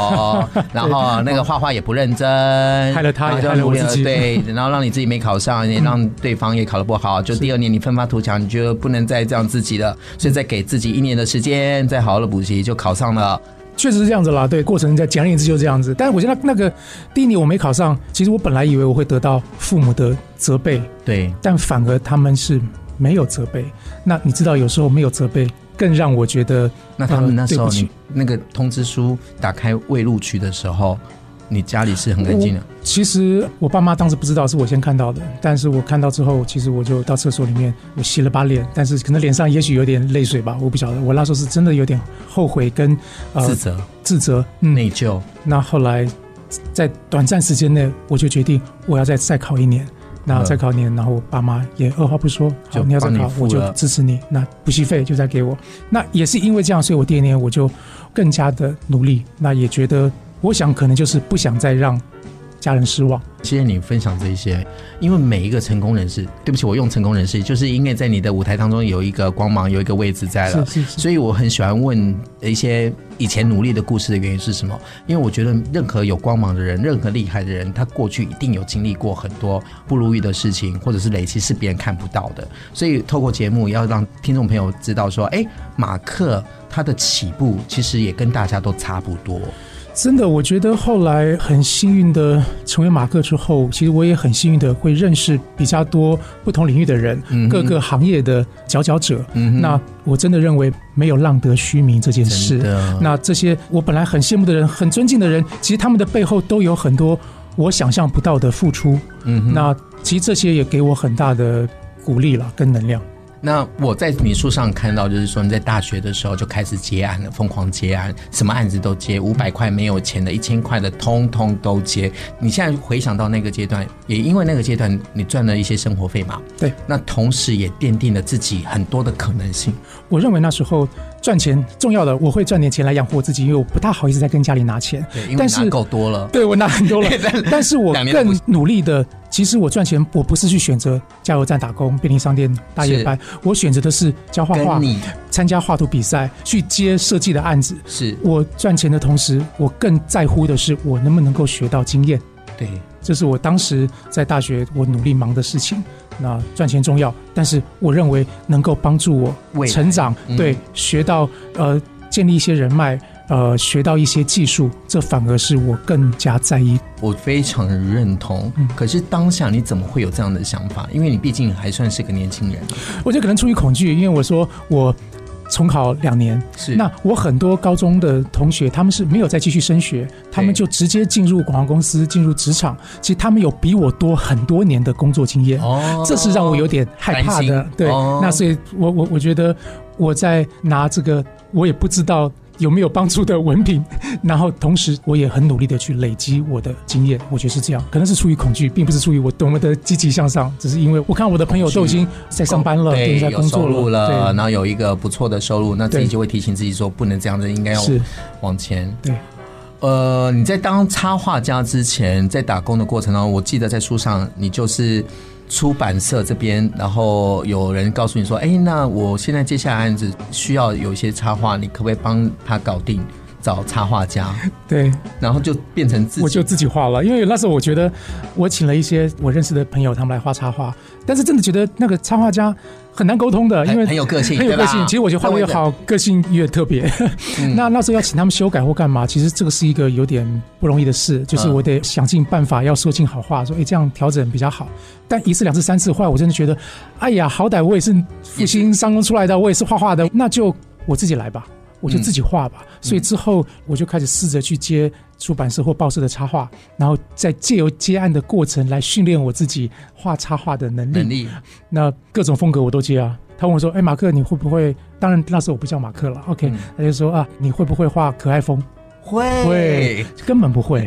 [SPEAKER 2] 然后那个画画也不认真，害
[SPEAKER 3] 了她也害了我自己
[SPEAKER 2] 对，然后让你自己没考上，也让对方也考得不好，就第二年你奋发图强，你就不能再这样自己了，所以再给自己一年的时间，再好好的补习，就考上了。
[SPEAKER 3] 确实是这样子啦。对，过程在讲演之就是这样子。但是我现在那个第一年我没考上，其实我本来以为我会得到父母的责备，
[SPEAKER 2] 对，
[SPEAKER 3] 但反而他们是没有责备。那你知道，有时候没有责备，更让我觉得
[SPEAKER 2] 那他们那时候
[SPEAKER 3] 呃对不起
[SPEAKER 2] 你那个通知书打开未录取的时候，你家里是很安静的。
[SPEAKER 3] 其实我爸妈当时不知道是我先看到的，但是我看到之后，其实我就到厕所里面，我洗了把脸，但是可能脸上也许有点泪水吧，我不晓得。我那时候是真的有点后悔跟
[SPEAKER 2] 自
[SPEAKER 3] 呃
[SPEAKER 2] 责、
[SPEAKER 3] 自责，嗯，
[SPEAKER 2] 内疚，
[SPEAKER 3] 那后来在短暂时间内，我就决定我要再再考一年。那
[SPEAKER 2] 嗯
[SPEAKER 3] 再考一年，然后我爸妈也二话不说，好，
[SPEAKER 2] 就
[SPEAKER 3] 你要再
[SPEAKER 2] 帮你
[SPEAKER 3] 考，
[SPEAKER 2] 付
[SPEAKER 3] 我就
[SPEAKER 2] 了
[SPEAKER 3] 支持你。那补习费就再给我。那也是因为这样，所以我第二年我就更加的努力。那也觉得，我想可能就是不想再让家人失望。
[SPEAKER 2] 谢谢你分享这些，因为每一个成功人士，对不起，我用成功人士，就是因为在你的舞台当中有一个光芒，有一个位置在了，
[SPEAKER 3] 是是，
[SPEAKER 2] 所以我很喜欢问一些以前努力的故事的原因是什么？因为我觉得任何有光芒的人，任何厉害的人，他过去一定有经历过很多不如意的事情，或者是累积是别人看不到的。所以透过节目要让听众朋友知道说，哎，马克他的起步其实也跟大家都差不多。
[SPEAKER 3] 真的，我觉得后来很幸运的成为马克之后，其实我也很幸运的会认识比较多不同领域的人，
[SPEAKER 2] 嗯哼
[SPEAKER 3] 各个行业的佼佼者。
[SPEAKER 2] 嗯哼
[SPEAKER 3] 那我真的认为没有浪得虚名这件事
[SPEAKER 2] 真的。
[SPEAKER 3] 那这些我本来很羡慕的人、很尊敬的人，其实他们的背后都有很多我想象不到的付出。
[SPEAKER 2] 嗯哼
[SPEAKER 3] 那其实这些也给我很大的鼓励了，跟能量。
[SPEAKER 2] 那我在你书上看到，就是说你在大学的时候就开始接案了，疯狂接案，什么案子都接，五百块没有钱的，一千块的，通通都接。你现在回想到那个阶段，也因为那个阶段你赚了一些生活费嘛，
[SPEAKER 3] 对，
[SPEAKER 2] 那同时也奠定了自己很多的可能性。
[SPEAKER 3] 我认为那时候赚钱重要的，我会赚点钱来养活自己，因为我不大好意思再跟家里拿钱。
[SPEAKER 2] 对，因为
[SPEAKER 3] 但
[SPEAKER 2] 拿
[SPEAKER 3] 是
[SPEAKER 2] 够多了。
[SPEAKER 3] 对我拿很多了
[SPEAKER 2] 但，
[SPEAKER 3] 但是我
[SPEAKER 2] 两年都不
[SPEAKER 3] 更努力的。其实我赚钱，我不是去选择加油站打工、便利商店大夜班，我选择的是教画画
[SPEAKER 2] 跟、你
[SPEAKER 3] 参加画图比赛、去接设计的案子。
[SPEAKER 2] 是
[SPEAKER 3] 我赚钱的同时，我更在乎的是我能不能够学到经验。
[SPEAKER 2] 对，
[SPEAKER 3] 这是我当时在大学我努力忙的事情。那赚钱重要，但是我认为能够帮助
[SPEAKER 2] 未
[SPEAKER 3] 我
[SPEAKER 2] 来
[SPEAKER 3] 成长，
[SPEAKER 2] 嗯
[SPEAKER 3] 对，学到呃，建立一些人脉，呃，学到一些技术，这反而是我更加在意。
[SPEAKER 2] 我非常认同。
[SPEAKER 3] 嗯
[SPEAKER 2] 可是当下你怎么会有这样的想法？因为你毕竟还算是个年轻人，
[SPEAKER 3] 我觉得可能出于恐惧，因为我说我重考两年，
[SPEAKER 2] 是
[SPEAKER 3] 那我很多高中的同学，他们是没有再继续升学，他们就直接进入广告公司，进入职场。其实他们有比我多很多年的工作经验，
[SPEAKER 2] 哦
[SPEAKER 3] 这是让我有点害怕
[SPEAKER 2] 担
[SPEAKER 3] 的
[SPEAKER 2] 心。
[SPEAKER 3] 对，
[SPEAKER 2] 哦
[SPEAKER 3] 那所以我我我觉得我在拿这个，我也不知道。有没有帮助的文凭？ 然后同时，我也很努力的去累积我的经验，我觉得是这样。可能是出于恐惧，并不是出于我多么的积极向上，只是因为我看我的朋友都已经在上班了，
[SPEAKER 2] 哦对，
[SPEAKER 3] 都在
[SPEAKER 2] 有
[SPEAKER 3] 工
[SPEAKER 2] 收
[SPEAKER 3] 作
[SPEAKER 2] 入
[SPEAKER 3] 对
[SPEAKER 2] 了，然后有一个不错的收入，那自己
[SPEAKER 3] 对
[SPEAKER 2] 就会提醒自己说，不能这样子，应该要
[SPEAKER 3] 是
[SPEAKER 2] 往前。
[SPEAKER 3] 对。
[SPEAKER 2] 呃，你在当插画家之前，在打工的过程当中，我记得在书上你就是出版社这边，然后有人告诉你说，哎，那我现在接下来案子需要有一些插画，你可不可以帮他搞定，找插画家？
[SPEAKER 3] 对。
[SPEAKER 2] 然后就变成自己，
[SPEAKER 3] 我就自己画了，因为那时候我觉得我请了一些我认识的朋友，他们来画插画，但是真的觉得那个插画家很难沟通的，因为
[SPEAKER 2] 很很有个性，
[SPEAKER 3] 很有
[SPEAKER 2] 对吧嗯
[SPEAKER 3] 个性。其实我觉得画的越，好，个性越特别。 那那时候要请他们修改或干嘛，其实这个是一个有点不容易的事，就是
[SPEAKER 2] 嗯
[SPEAKER 3] 我得想尽办法要说尽好话，说哎这样调整比较好。但一次、两次、三次，后来我真的觉得，哎呀，好歹我也是复兴商工出来的，我也是画画的，那就我自己来吧。我就自己画吧，所以之后我就开始试着去接出版社或报社的插画，然后再借由接案的过程来训练我自己画插画的能力
[SPEAKER 2] 能。力
[SPEAKER 3] 那各种风格我都接啊。他问我说：“哎、马克，你会不会？”当然那时候我不叫马克了，OK，、
[SPEAKER 2] 嗯
[SPEAKER 3] 他就说：“啊，你会不会画可爱风？”
[SPEAKER 2] 会
[SPEAKER 3] 会，根本不会。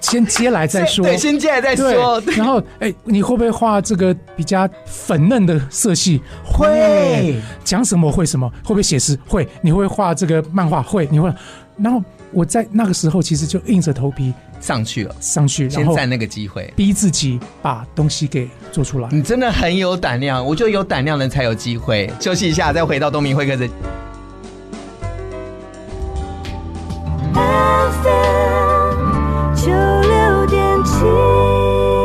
[SPEAKER 3] 先接来再说，
[SPEAKER 1] 对，先进来再说。
[SPEAKER 3] 对，然后哎、你会不会画这个比较粉嫩的色系？
[SPEAKER 2] 会，
[SPEAKER 3] 讲什么会什么？会不会写诗？会。你会不会画这个漫画？会。你会。然后我在那个时候其实就硬着头皮
[SPEAKER 2] 上去了，
[SPEAKER 3] 上去，然
[SPEAKER 2] 先
[SPEAKER 3] 后
[SPEAKER 2] 占那个机会。
[SPEAKER 3] 逼自己把东西给做出来。
[SPEAKER 2] 你真的很有胆量，我觉得有胆量的人才有机会。休息一下，再回到东明会客室。
[SPEAKER 4] FM 九六点七。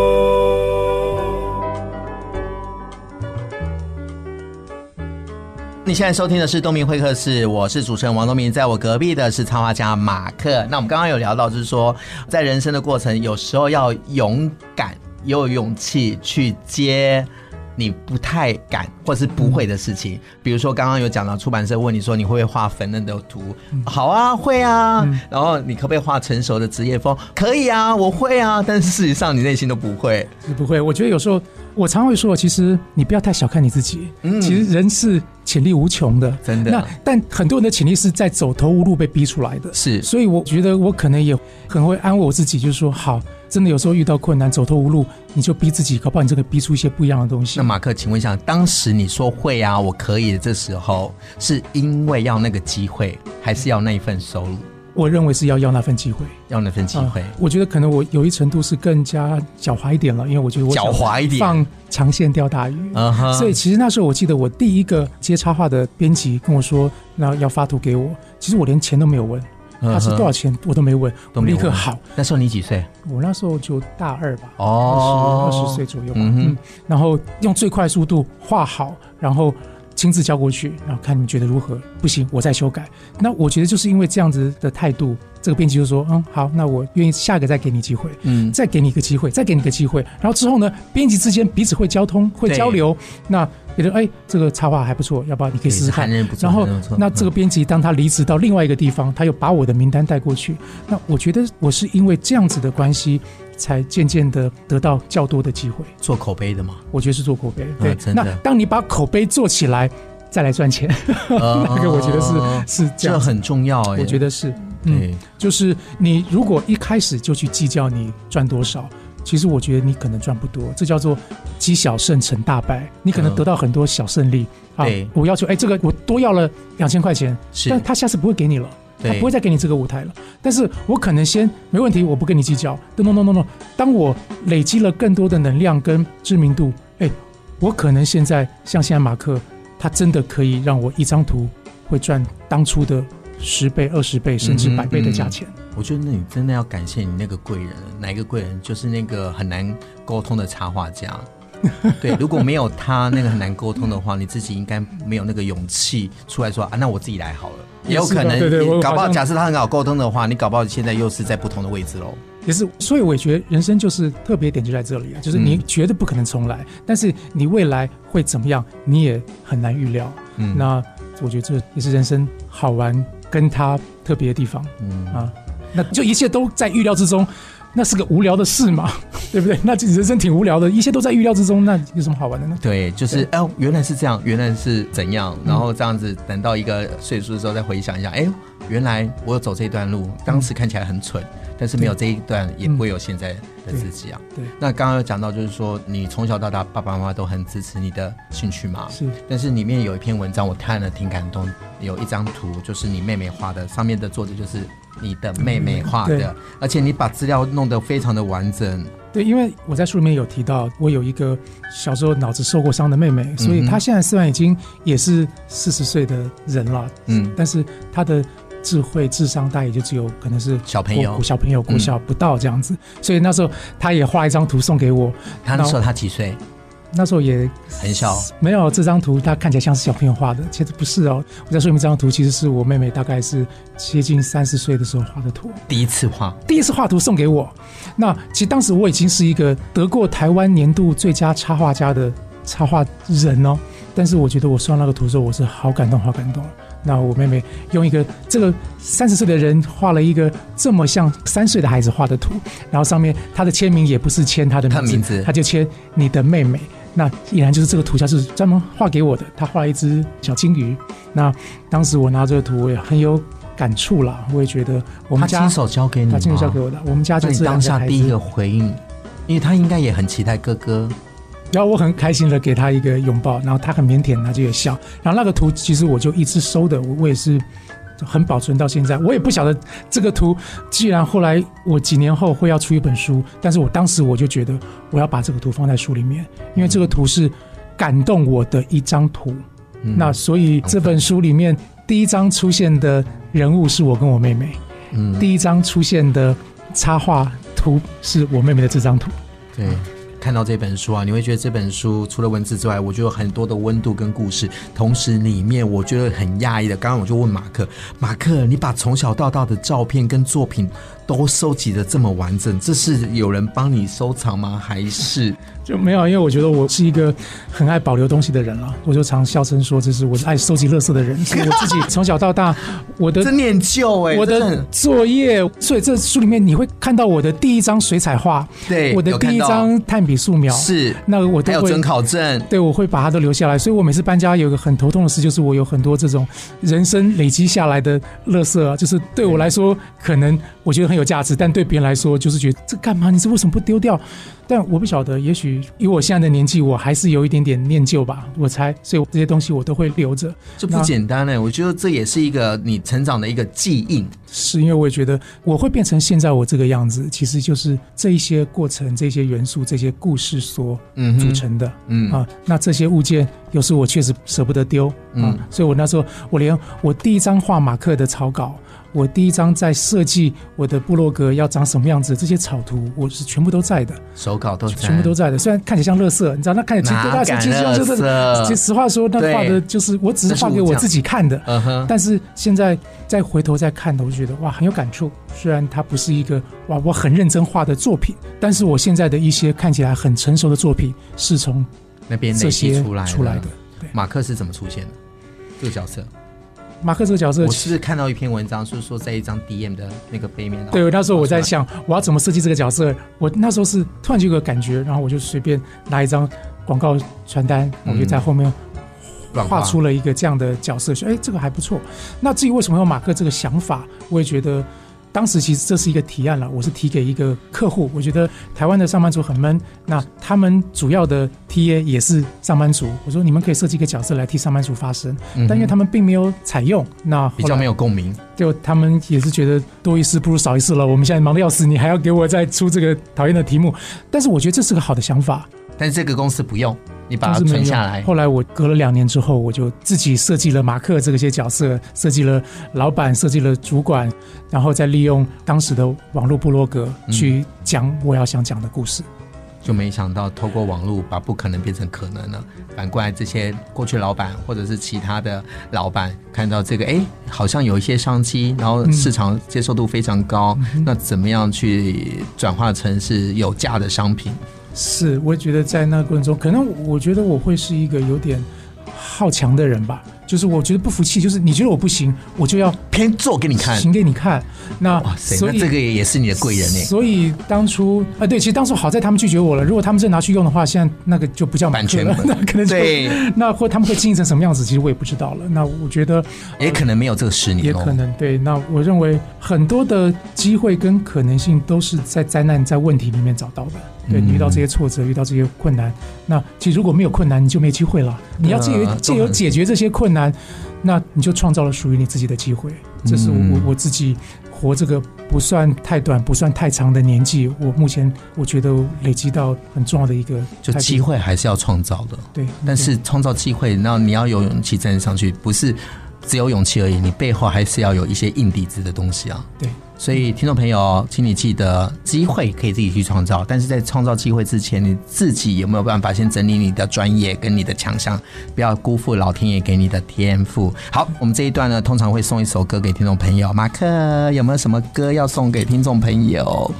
[SPEAKER 2] 你现在收听的是东明会客室，我是主持人王东明，在我隔壁的是插画家马克。那我们刚刚有聊到，就是说在人生的过程，有时候要勇敢，也有勇气去接。你不太敢或是不会的事情，比如说刚刚有讲到出版社问你说你会不会画粉嫩的图，好啊，会啊，然后你可不可以画成熟的职业风？可以啊，我会啊，但是事实上你内心都不会。
[SPEAKER 3] 是不会，我觉得有时候我常会说，其实你不要太小看你自己，
[SPEAKER 2] 嗯
[SPEAKER 3] 其实人是潜力无穷的，
[SPEAKER 2] 真的
[SPEAKER 3] 那但很多人的潜力是在走投无路被逼出来的，
[SPEAKER 2] 是
[SPEAKER 3] 所以我觉得我可能也很会安慰我自己，就是说，好，真的有时候遇到困难走投无路，你就逼自己，搞不好你就可以逼出一些不一样的东西
[SPEAKER 2] 那。马克，请问一下，当时你说会啊，我可以的，这时候是因为要那个机会，还是要那一份收入，
[SPEAKER 3] 我认为是要要那份机会，
[SPEAKER 2] 要那份机会？
[SPEAKER 3] 啊我觉得可能我有一程度是更加狡猾一点了，因为我觉得我想
[SPEAKER 2] 狡猾一点
[SPEAKER 3] 放长线钓大鱼。
[SPEAKER 2] 嗯哼
[SPEAKER 3] 啊所以其实那时候我记得我第一个接插画的编辑跟我说，然后要发图给我，其实我连钱都没有问，
[SPEAKER 2] 嗯哼
[SPEAKER 3] 他是多少钱我都没问，
[SPEAKER 2] 都
[SPEAKER 3] 我
[SPEAKER 2] 没
[SPEAKER 3] 立
[SPEAKER 2] 有
[SPEAKER 3] 刻
[SPEAKER 2] 问
[SPEAKER 3] 好，
[SPEAKER 2] 那时候你几岁？
[SPEAKER 3] 我那时候就大二吧。
[SPEAKER 2] 哦
[SPEAKER 3] 二十二十岁左右吧，
[SPEAKER 2] 嗯哼
[SPEAKER 3] 嗯，然后用最快速度画好，然后亲自交过去，然后看你们觉得如何，不行我再修改。那我觉得就是因为这样子的态度，这个编辑就说，嗯，好，那我愿意下一个再给你机会，
[SPEAKER 2] 嗯，
[SPEAKER 3] 再给你一个机会，再给你一个机会。然后之后呢，编辑之间彼此会交通，会
[SPEAKER 2] 对
[SPEAKER 3] 交流。那觉得哎，这个插画还不错，要不要你可以试试看
[SPEAKER 2] 对这看着不？错
[SPEAKER 3] 然后
[SPEAKER 2] 看着不错嗯
[SPEAKER 3] 那这个编辑当他离职到另外一个地方，他又把我的名单带过去。那我觉得我是因为这样子的关系，才渐渐的得到较多的机会。
[SPEAKER 2] 做口碑的嘛。
[SPEAKER 3] 我觉得是做口碑，对。
[SPEAKER 2] 啊真的
[SPEAKER 3] 那当你把口碑做起来，再来赚钱，
[SPEAKER 2] 那
[SPEAKER 3] 那个我觉得是是
[SPEAKER 2] 哦
[SPEAKER 3] 这
[SPEAKER 2] 这
[SPEAKER 3] 样子。
[SPEAKER 2] 很重要哎、
[SPEAKER 3] 我觉得是，嗯。
[SPEAKER 2] 对，
[SPEAKER 3] 就是你如果一开始就去计较你赚多少，其实我觉得你可能赚不多，这叫做积小胜成大败。你可能
[SPEAKER 2] 嗯
[SPEAKER 3] 得到很多小胜利、
[SPEAKER 2] 对
[SPEAKER 3] 啊。我要求，哎，这个我多要了两千块钱，
[SPEAKER 2] 是
[SPEAKER 3] 但他下次不会给你了。他
[SPEAKER 2] 对
[SPEAKER 3] 不会再给你这个舞台了，但是我可能先没问题，我不跟你计较。no no no no，当我累积了更多的能量跟知名度，哎，我可能现在像现在马克，他真的可以让我一张图会赚当初的十倍、二十倍甚至
[SPEAKER 2] 嗯哼
[SPEAKER 3] 百倍的价
[SPEAKER 2] 嗯
[SPEAKER 3] 钱。
[SPEAKER 2] 我觉得你真的要感谢你那个贵人，哪一个贵人？就是那个很难沟通的插画家。对，如果没有他那个很难沟通的话，你自己应该没有那个勇气出来说啊，那我自己来好了。也有
[SPEAKER 3] 也是的
[SPEAKER 2] 可能，
[SPEAKER 3] 对对我
[SPEAKER 2] 你搞不
[SPEAKER 3] 好
[SPEAKER 2] 好
[SPEAKER 3] 像
[SPEAKER 2] 假设他很好沟通的话，你搞不好现在又是在不同的位置喽。
[SPEAKER 3] 也是，所以我也觉得人生就是特别点就在这里啊，就是你
[SPEAKER 2] 嗯
[SPEAKER 3] 绝对不可能重来，但是你未来会怎么样，你也很难预料。
[SPEAKER 2] 嗯
[SPEAKER 3] 那我觉得这也是人生好玩跟它特别的地方
[SPEAKER 2] 嗯，
[SPEAKER 3] 啊，那就一切都在预料之中。那是个无聊的事嘛， 对不对？那就人生挺无聊的，一切都在预料之中，那有什么好玩的呢？
[SPEAKER 2] 对，就是哎、原来是这样，原来是怎样，
[SPEAKER 3] 嗯
[SPEAKER 2] 然后这样子，等到一个岁数的时候再回想一下，哎、原来我有走这段路，当
[SPEAKER 3] 嗯
[SPEAKER 2] 时看起来很蠢，但是没有这一段，也不会有现在的自己啊。
[SPEAKER 3] 嗯对，
[SPEAKER 2] 那刚刚有讲到，就是说你从小到大，爸爸妈妈都很支持你的兴趣嘛。
[SPEAKER 3] 是
[SPEAKER 2] 但是里面有一篇文章，我看了挺感动，有一张图就是你妹妹画的，上面的作者就是你的妹妹画
[SPEAKER 3] 嗯对
[SPEAKER 2] 的，而且你把资料弄得非常的完整。
[SPEAKER 3] 对，因为我在书里面有提到，我有一个小时候脑子受过伤的妹妹，所
[SPEAKER 2] 嗯
[SPEAKER 3] 以
[SPEAKER 2] 哼
[SPEAKER 3] 她现在虽然已经也是四十岁的人了，
[SPEAKER 2] 嗯
[SPEAKER 3] 但是她的智慧、智商大概也就只有可能是
[SPEAKER 2] 小朋友嗯
[SPEAKER 3] 国小朋友、国小不到这样子。所以那时候她也画一张图送给我，
[SPEAKER 2] 他那时候他几岁？
[SPEAKER 3] 那时候也
[SPEAKER 2] 很小，
[SPEAKER 3] 没有这张图，它看起来像是小朋友画的，其实不是哦。我在说明这张图其实是我妹妹大概是接近三十岁的时候画的图。
[SPEAKER 2] 第一次画。
[SPEAKER 3] 第一次画图送给我。那其实当时我已经是一个得过台湾年度最佳插画家的插画人哦，但是我觉得我收到那个图的时候，我是好感动，好感动。那我妹妹用一个这个三十岁的人画了一个这么像三岁的孩子画的图，然后上面她的签名也不是签她的名
[SPEAKER 2] 她
[SPEAKER 3] 字，
[SPEAKER 2] 名字
[SPEAKER 3] 她就签你的妹妹。那依然就是这个图像是专门画给我的，她画了一只小金鱼。那当时我拿这个图，我也很有感触啦，我也觉得我
[SPEAKER 2] 他
[SPEAKER 3] 们家
[SPEAKER 2] 亲手交给你吗？
[SPEAKER 3] 他亲手交给我的。我们家
[SPEAKER 2] 嗯那
[SPEAKER 3] 就
[SPEAKER 2] 你
[SPEAKER 3] 是
[SPEAKER 2] 当下第一个，回应，因为他应该也很期待哥哥。
[SPEAKER 3] 然后我很开心的给他一个拥抱，然后他很腼腆，他就也笑。然后那个图其实我就一直收的，我我也是就很保存到现在。我也不晓得这个图，既然后来我几年后会要出一本书，但是我当时我就觉得我要把这个图放在书里面，因为这个图是感动我的一张图。
[SPEAKER 2] 嗯
[SPEAKER 3] 那所以这本书里面第一章出现的人物是我跟我妹妹，
[SPEAKER 2] 嗯
[SPEAKER 3] 第一章出现的插画图是我妹妹的这张图。
[SPEAKER 2] 对，看到这本书啊，你会觉得这本书除了文字之外，我觉得有很多的温度跟故事。同时，里面我觉得很讶异的，刚刚我就问马克，马克，你把从小到大的照片跟作品都收集的这么完整，这是有人帮你收藏吗？还是
[SPEAKER 3] 就没有，因为我觉得我是一个很爱保留东西的人了，我就常笑称说这是我爱收集垃圾的人，所以我自己从小到大，我 的
[SPEAKER 2] 真念旧哎、
[SPEAKER 3] 呃我
[SPEAKER 2] 真
[SPEAKER 3] 的
[SPEAKER 2] 很
[SPEAKER 3] 作业，所以这书里面你会看到我的第一张水彩画，
[SPEAKER 2] 对
[SPEAKER 3] 我的
[SPEAKER 2] 有看
[SPEAKER 3] 第一
[SPEAKER 2] 到
[SPEAKER 3] 张炭笔素描，
[SPEAKER 2] 是，
[SPEAKER 3] 那我
[SPEAKER 2] 还
[SPEAKER 3] 都
[SPEAKER 2] 有
[SPEAKER 3] 会
[SPEAKER 2] 准考证，
[SPEAKER 3] 对，我会把它都留下来。所以我每次搬家有一个很头痛的事，就是我有很多这种人生累积下来的垃圾啊，就是对我来说可能我觉得很有价值，但对别人来说就是觉得这干嘛？你这为什么不丢掉？但我不晓得，也许以我现在的年纪，我还是有一点点念旧吧，我猜，所以这些东西我都会留着。
[SPEAKER 2] 这不
[SPEAKER 3] 那
[SPEAKER 2] 简单哎、我觉得这也是一个你成长的一个记忆。
[SPEAKER 3] 是因为我也觉得我会变成现在我这个样子，其实就是这一些过程、这些元素、这些故事所
[SPEAKER 2] 嗯哼
[SPEAKER 3] 组成的。
[SPEAKER 2] 嗯
[SPEAKER 3] 啊，那这些物件有时我确实舍不得丢啊，
[SPEAKER 2] 嗯
[SPEAKER 3] 所以我那时候我连我第一张画马克的草稿，我第一张在设计我的部落格要长什么样子，这些草图我是全部都在的，
[SPEAKER 2] 手稿都
[SPEAKER 3] 全部都在的。虽然看起来像垃圾，你知道，那看起来
[SPEAKER 2] 哪
[SPEAKER 3] 对大家
[SPEAKER 2] 敢
[SPEAKER 3] 其实就是
[SPEAKER 2] 垃圾
[SPEAKER 3] 其实实话说，那画
[SPEAKER 2] 对
[SPEAKER 3] 的就是我只是
[SPEAKER 2] 那是
[SPEAKER 3] 画给
[SPEAKER 2] 我
[SPEAKER 3] 我
[SPEAKER 2] 讲
[SPEAKER 3] 自己看的，
[SPEAKER 2] 嗯哼，
[SPEAKER 3] 但是现在再回头再看的，我就觉得哇很有感触。虽然它不是一个哇我很认真画的作品，但是我现在的一些看起来很成熟的作品，是从
[SPEAKER 2] 那边累
[SPEAKER 3] 这
[SPEAKER 2] 积
[SPEAKER 3] 些
[SPEAKER 2] 出来
[SPEAKER 3] 出来的。
[SPEAKER 2] 马克是怎么出现的？这个角色，
[SPEAKER 3] 马克这个角色
[SPEAKER 2] 我，是看到一篇文章，是说在一张 DM 的那个背面。
[SPEAKER 3] 对，那时候我在
[SPEAKER 2] 跑出来，
[SPEAKER 3] 想我要怎么设计这个角色。我那时候是突然就有个感觉，然后我就随便拿一张广告传单，我
[SPEAKER 2] 嗯
[SPEAKER 3] 就在后面
[SPEAKER 2] 乱
[SPEAKER 3] 画出了一个这样的角色，说哎这个还不错。那至于为什么有马克这个想法，我也觉得。当时其实这是一个提案了，我是提给一个客户。我觉得台湾的上班族很闷，那他们主要的 TA 也是上班族。我说你们可以设计一个角色来替上班族发声，
[SPEAKER 2] 嗯哼
[SPEAKER 3] 但因为他们并没有采用，那后
[SPEAKER 2] 比较
[SPEAKER 3] 来
[SPEAKER 2] 没有共鸣。
[SPEAKER 3] 就他们也是觉得多一事不如少一事了。我们现在忙得要死，你还要给我再出这个讨厌的题目。但是我觉得这是个好的想法，
[SPEAKER 2] 但是这个公司不用，你把
[SPEAKER 3] 但
[SPEAKER 2] 它
[SPEAKER 3] 是没
[SPEAKER 2] 存
[SPEAKER 3] 有
[SPEAKER 2] 下来。
[SPEAKER 3] 后来我隔了两年之后，我就自己设计了马克这些角色，设计了老板，设计了主管，然后再利用当时的网络部落格去讲我要想讲的故事。
[SPEAKER 2] 就没想到透过网络把不可能变成可能了。反过来，这些过去老板或者是其他的老板看到这个，哎，好像有一些商机，然后市场接受度非常高，
[SPEAKER 3] 嗯
[SPEAKER 2] 那怎么样去转化成是有价的商品？
[SPEAKER 3] 是，我也觉得在那个过程中，可能我觉得我会是一个有点好强的人吧，就是我觉得不服气，就是你觉得我不行，我就要
[SPEAKER 2] 偏做给你看，
[SPEAKER 3] 行给你看。那
[SPEAKER 2] 哇塞，
[SPEAKER 3] 所
[SPEAKER 2] 那
[SPEAKER 3] 以
[SPEAKER 2] 这个也是你的贵人呢、
[SPEAKER 3] 所以当初啊，对，其实当初好在他们拒绝我了。如果他们真拿去用的话，现在那个就不叫马
[SPEAKER 2] 版
[SPEAKER 3] 克
[SPEAKER 2] 权
[SPEAKER 3] 了， 那可能就
[SPEAKER 2] 对，
[SPEAKER 3] 那或他们会经营成什么样子，其实我也不知道了。那我觉得
[SPEAKER 2] 也可能没有这个十
[SPEAKER 3] 也
[SPEAKER 2] 年哦。
[SPEAKER 3] 可能对。那我认为很多的机会跟可能性都是在灾难、在问题里面找到的。对
[SPEAKER 2] 嗯
[SPEAKER 3] 你遇到这些挫折，遇到这些困难，那其实如果没有困难，你就没机会了。你要借由
[SPEAKER 2] 嗯
[SPEAKER 3] 借由
[SPEAKER 2] 都很
[SPEAKER 3] 解决这些困难，那你就创造了属于你自己的机会。这是我
[SPEAKER 2] 嗯
[SPEAKER 3] 我我自己活这个不算太短、不算太长的年纪，我目前我觉得累积到很重要的一个
[SPEAKER 2] 就
[SPEAKER 3] 态度
[SPEAKER 2] 机会还是要创造的，
[SPEAKER 3] 对，
[SPEAKER 2] 但是创造机会，那你要有勇气站上去，不是只有勇气而已，你背后还是要有一些硬底子的东西啊。
[SPEAKER 3] 对。
[SPEAKER 2] 所以，听众朋友，请你记得，机会可以自己去创造，但是在创造机会之前，你自己有没有办法先整理你的专业跟你的强项，不要辜负老天爷给你的天赋。好，我们这一段呢，通常会送一首歌给听众朋友。马克有没有什么歌要送给听众朋友？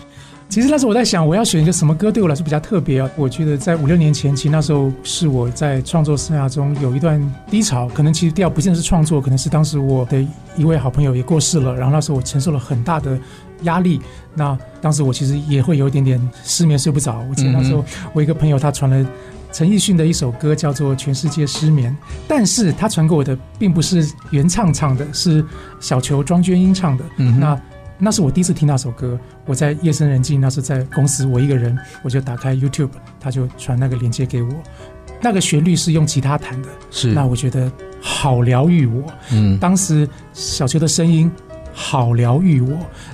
[SPEAKER 3] 其实那时候我在想，我要选一个什么歌对我来说比较特别啊？我觉得在五六年前，其实那时候是我在创作生涯中有一段低潮，可能其实低潮不见得是创作，可能是当时我的一位好朋友也过世了，然后那时候我承受了很大的压力。那当时我其实也会有一点点失眠，睡不着。我记得那时候我一个朋友他传了。陈奕迅的一首歌叫做《全世界失眠》，但是他传给我的并不是原唱唱的，是小球庄娟英唱的。
[SPEAKER 2] 嗯哼
[SPEAKER 3] 那那是我第一次听那首歌，我在夜深人静，那是在公司我一个人，我就打开 YouTube，他就传那个链接给我。那个旋律是用吉他弹的，
[SPEAKER 2] 是
[SPEAKER 3] 那我觉得好疗愈我。
[SPEAKER 2] 嗯
[SPEAKER 3] 当时小秋的声音好疗愈我，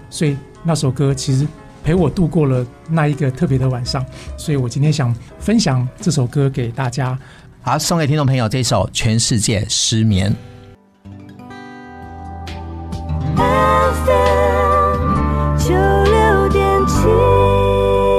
[SPEAKER 3] 所以那首歌其实陪我度过了那一个特别的晚上，所以我今天想分享这首歌给大家。
[SPEAKER 2] 好，送给听众朋友这首《全世界失眠》。
[SPEAKER 4] FM 九六点七。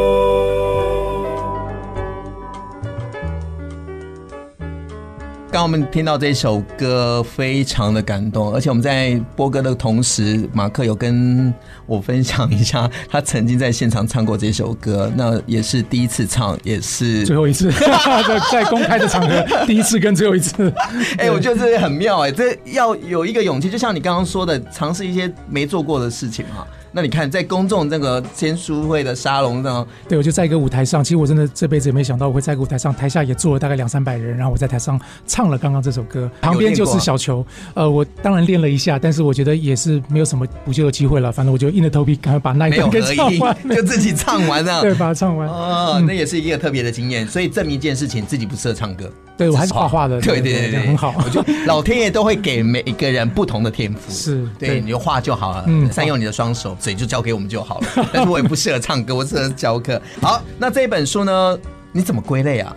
[SPEAKER 2] 刚刚我们听到这首歌，非常的感动，而且我们在播歌的同时，马克有跟我分享一下他曾经在现场唱过这首歌，那也是第一次唱，也是
[SPEAKER 3] 最后一次， 在在公开的场合，第一次跟最后一次，
[SPEAKER 2] 哎、我觉得这很妙哎、这要有一个勇气，就像你刚刚说的，尝试一些没做过的事情嘛。那你看，在公众这个签书会的沙龙上，
[SPEAKER 3] 对我就在一个舞台上，其实我真的这辈子也没想到我会在一个舞台上，台下也坐了大概两三百人，然后我在台上唱了刚刚这首歌，
[SPEAKER 2] 啊
[SPEAKER 3] 旁边就是小球。呃，我当然练了一下，但是我觉得也是没有什么补救的机会了，反正我就硬着头皮赶快把那一
[SPEAKER 2] 没有
[SPEAKER 3] 段给
[SPEAKER 2] 合
[SPEAKER 3] 唱
[SPEAKER 2] 音
[SPEAKER 3] 完，，
[SPEAKER 2] 就自己唱完了。
[SPEAKER 3] 对，把它唱完。
[SPEAKER 2] 哦，那也是一个特别的经验，所以证明一件事情，自己不适合唱歌。
[SPEAKER 3] 对我还是画画的，
[SPEAKER 2] 对对对对，
[SPEAKER 3] 很好。
[SPEAKER 2] 我觉得老天爷都会给每一个人不同的天赋。
[SPEAKER 3] 是
[SPEAKER 2] 对，
[SPEAKER 3] 对
[SPEAKER 2] 你就画就好了，
[SPEAKER 3] 嗯
[SPEAKER 2] 善用你的双手，嘴就交给我们就 好了。但是我也不适合唱歌，我适合教课。好，那这本书呢，你怎么归类啊？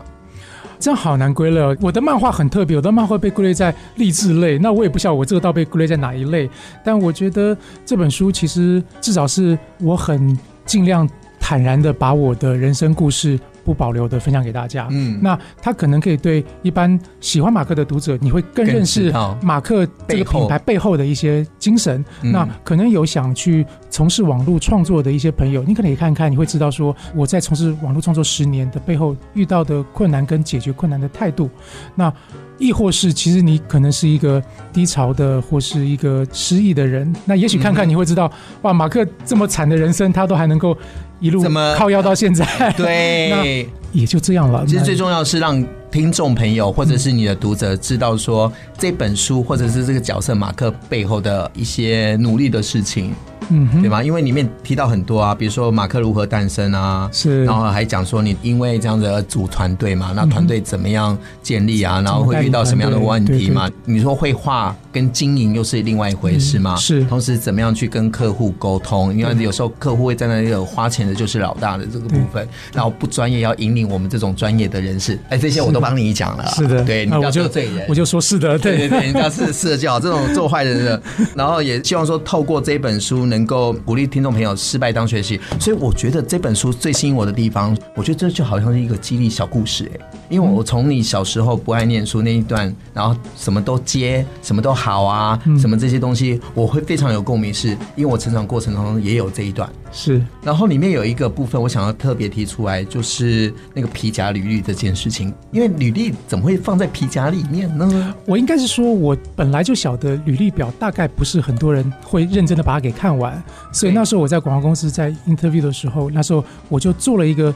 [SPEAKER 3] 这样好难归类哦。我的漫画很特别，我的漫画被归类在励志类，那我也不晓得我这个到底被归类在哪一类。但我觉得这本书其实至少是我很尽量坦然的把我的人生故事不保留的分享给大家。
[SPEAKER 2] 嗯，
[SPEAKER 3] 那他可能可以对一般喜欢马克的读者，你会更认
[SPEAKER 2] 更知
[SPEAKER 3] 识
[SPEAKER 2] 道
[SPEAKER 3] 马克这个品牌背后的一些精神。
[SPEAKER 2] 嗯
[SPEAKER 3] 那可能有想去从事网络创作的一些朋友，你可能也看看，你会知道说我在从事网络创作十年的背后遇到的困难跟解决困难的态度。那亦或是，其实你可能是一个低潮的，或是一个失意的人。那也许看看你会知道，哇，马克这么惨的人生，他都还能够一路
[SPEAKER 2] 怎么
[SPEAKER 3] 靠腰到现在，
[SPEAKER 2] 对。
[SPEAKER 3] 也就这样了。
[SPEAKER 2] 其实
[SPEAKER 3] 那
[SPEAKER 2] 最重要是让听众朋友或者是你的读者知道说这本书或者是这个角色马克背后的一些努力的事情，
[SPEAKER 3] 嗯哼
[SPEAKER 2] 对吗？因为里面提到很多啊，比如说马克如何诞生啊，
[SPEAKER 3] 是嗯
[SPEAKER 2] 然后还讲说你因为这样子而组团队嘛，那团队怎么样建立啊，然后会遇到什么样的问题嘛？你说绘画跟经营又是另外一回事嘛？
[SPEAKER 3] 嗯是
[SPEAKER 2] 同时怎么样去跟客户沟通？因为有时候客户会在那里有花钱的就是老大的这个部分，然后不专业要引领我们这种专业的人士，哎，这些我都帮你讲了啊，
[SPEAKER 3] 是的，
[SPEAKER 2] 对，你
[SPEAKER 3] 那
[SPEAKER 2] 不
[SPEAKER 3] 我
[SPEAKER 2] 要
[SPEAKER 3] 就
[SPEAKER 2] 得罪人
[SPEAKER 3] 我。就说是的，
[SPEAKER 2] 对对
[SPEAKER 3] 对，
[SPEAKER 2] 对，人家是社教这种做坏人的，然后也希望说透过这本书能够鼓励听众朋友失败当学习。所以我觉得这本书最吸引我的地方，我觉得这就好像是一个激励小故事哎、因为我从你小时候不爱念书那一段，然后什么都接，什么都好啊，什么这些东西，我会非常有共鸣，是因为我成长过程当中也有这一段。
[SPEAKER 3] 是
[SPEAKER 2] 然后里面有一个部分，我想要特别提出来，就是那个皮夹履历这件事情，因为履历怎么会放在皮夹里面呢？
[SPEAKER 3] 我应该是说，我本来就晓得履历表大概不是很多人会认真的把它给看完，所以
[SPEAKER 2] 对
[SPEAKER 3] 那时候我在广告公司在 interview 的时候，那时候我就做了一个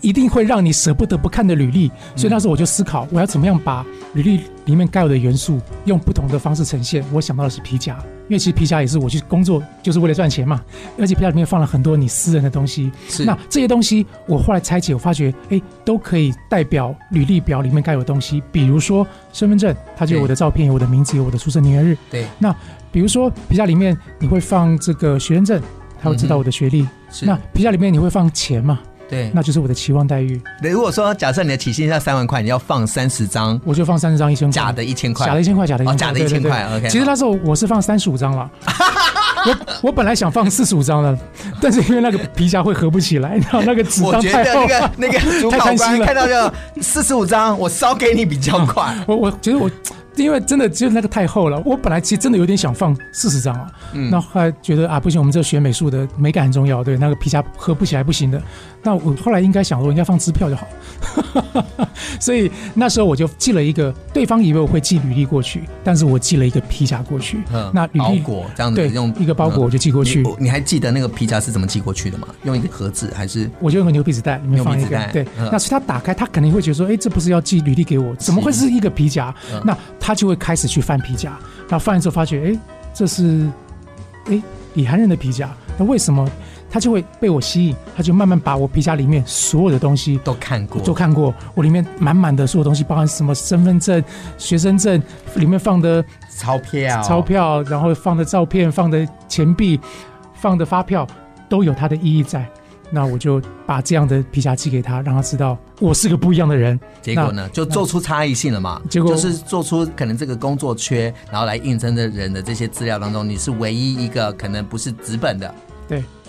[SPEAKER 3] 一定会让你舍不得不看的履历，所以那时候我就思考，我要怎么样把履历里面该有的元素用不同的方式呈现。我想到的是皮夹，因为其实皮夹也是我去工作就是为了赚钱嘛，而且皮夹里面放了很多你私人的东西，
[SPEAKER 2] 是
[SPEAKER 3] 那这些东西，我后来拆解，我发觉，哎，都可以代表履历表里面该有的东西，比如说身份证，它就有我的照片，有我的名字，有我的出生年月日。
[SPEAKER 2] 对，
[SPEAKER 3] 那比如说皮夹里面你会放这个学生证，它会知道我的学历。
[SPEAKER 2] 嗯是嗯
[SPEAKER 3] 那皮夹里面你会放钱嘛？
[SPEAKER 2] 对，
[SPEAKER 3] 那就是我的期望待遇，
[SPEAKER 2] 如果说假设你的起薪要三万块，你要放三十张
[SPEAKER 3] 我就放三十张一千块。
[SPEAKER 2] 假的一千块，
[SPEAKER 3] 假的一千块，假的一
[SPEAKER 2] 哦
[SPEAKER 3] 千块，
[SPEAKER 2] 假的
[SPEAKER 3] 对
[SPEAKER 2] 一千
[SPEAKER 3] 对对
[SPEAKER 2] 块，OK，
[SPEAKER 3] 其实那时候我是放三十五张了。我我本来想放四十五张的，但是因为那个皮夹会合不起来，然后那个纸
[SPEAKER 2] 我
[SPEAKER 3] 张
[SPEAKER 2] 觉
[SPEAKER 3] 太
[SPEAKER 2] 得
[SPEAKER 3] 厚
[SPEAKER 2] 那个那 个主
[SPEAKER 3] 太
[SPEAKER 2] 考
[SPEAKER 3] 贪
[SPEAKER 2] 官
[SPEAKER 3] 心了
[SPEAKER 2] 看到这四十五张，我烧给你比较快。
[SPEAKER 3] 我我觉得我，因为真的就是那个太厚了，我本来其实真的有点想放四十张啊，
[SPEAKER 2] 嗯
[SPEAKER 3] 那后来觉得啊不行，我们这学美术的美感很重要，对，那个皮夹合不起来不行的。那我后来应该想，我应该放支票就好。 所以那时候我就寄了一个，对方以为我会寄履历过去，但是我寄了一个皮夹过去。
[SPEAKER 2] 嗯
[SPEAKER 3] 那履
[SPEAKER 2] 包
[SPEAKER 3] 历
[SPEAKER 2] 裹这样子
[SPEAKER 3] 对
[SPEAKER 2] 用嗯
[SPEAKER 3] 一个包裹我就寄过去
[SPEAKER 2] 你你还记得那个皮夹是怎么寄过去的吗？用一个盒子还是？
[SPEAKER 3] 我就用个牛皮纸袋里面放一
[SPEAKER 2] 牛皮
[SPEAKER 3] 个
[SPEAKER 2] 纸袋，
[SPEAKER 3] 对
[SPEAKER 2] 嗯，
[SPEAKER 3] 那所以他打开，他肯定会觉得说，哎，这不是要寄履历给我，怎么会是一个皮夹
[SPEAKER 2] 嗯？
[SPEAKER 3] 那他就会开始去翻皮夹，然后翻了之后发觉，哎，这是，哎，李涵任的皮夹，那为什么？他就会被我吸引，他就慢慢把我皮夹里面所有的东西
[SPEAKER 2] 都看过，
[SPEAKER 3] 都看过，我里面满满的所有东西，包含什么身份证、学生证，里面放的
[SPEAKER 2] 钞票，
[SPEAKER 3] 钞，票，然后放的照片、放的钱币、放的发票，都有它的意义在。那我就把这样的皮夹寄给他，让他知道我是个不一样的人。
[SPEAKER 2] 结果呢就做出差异性了嘛？
[SPEAKER 3] 结果
[SPEAKER 2] 就是做出可能这个工作缺，然后来应征的人的这些资料当中，你是唯一一个可能不是纸本的，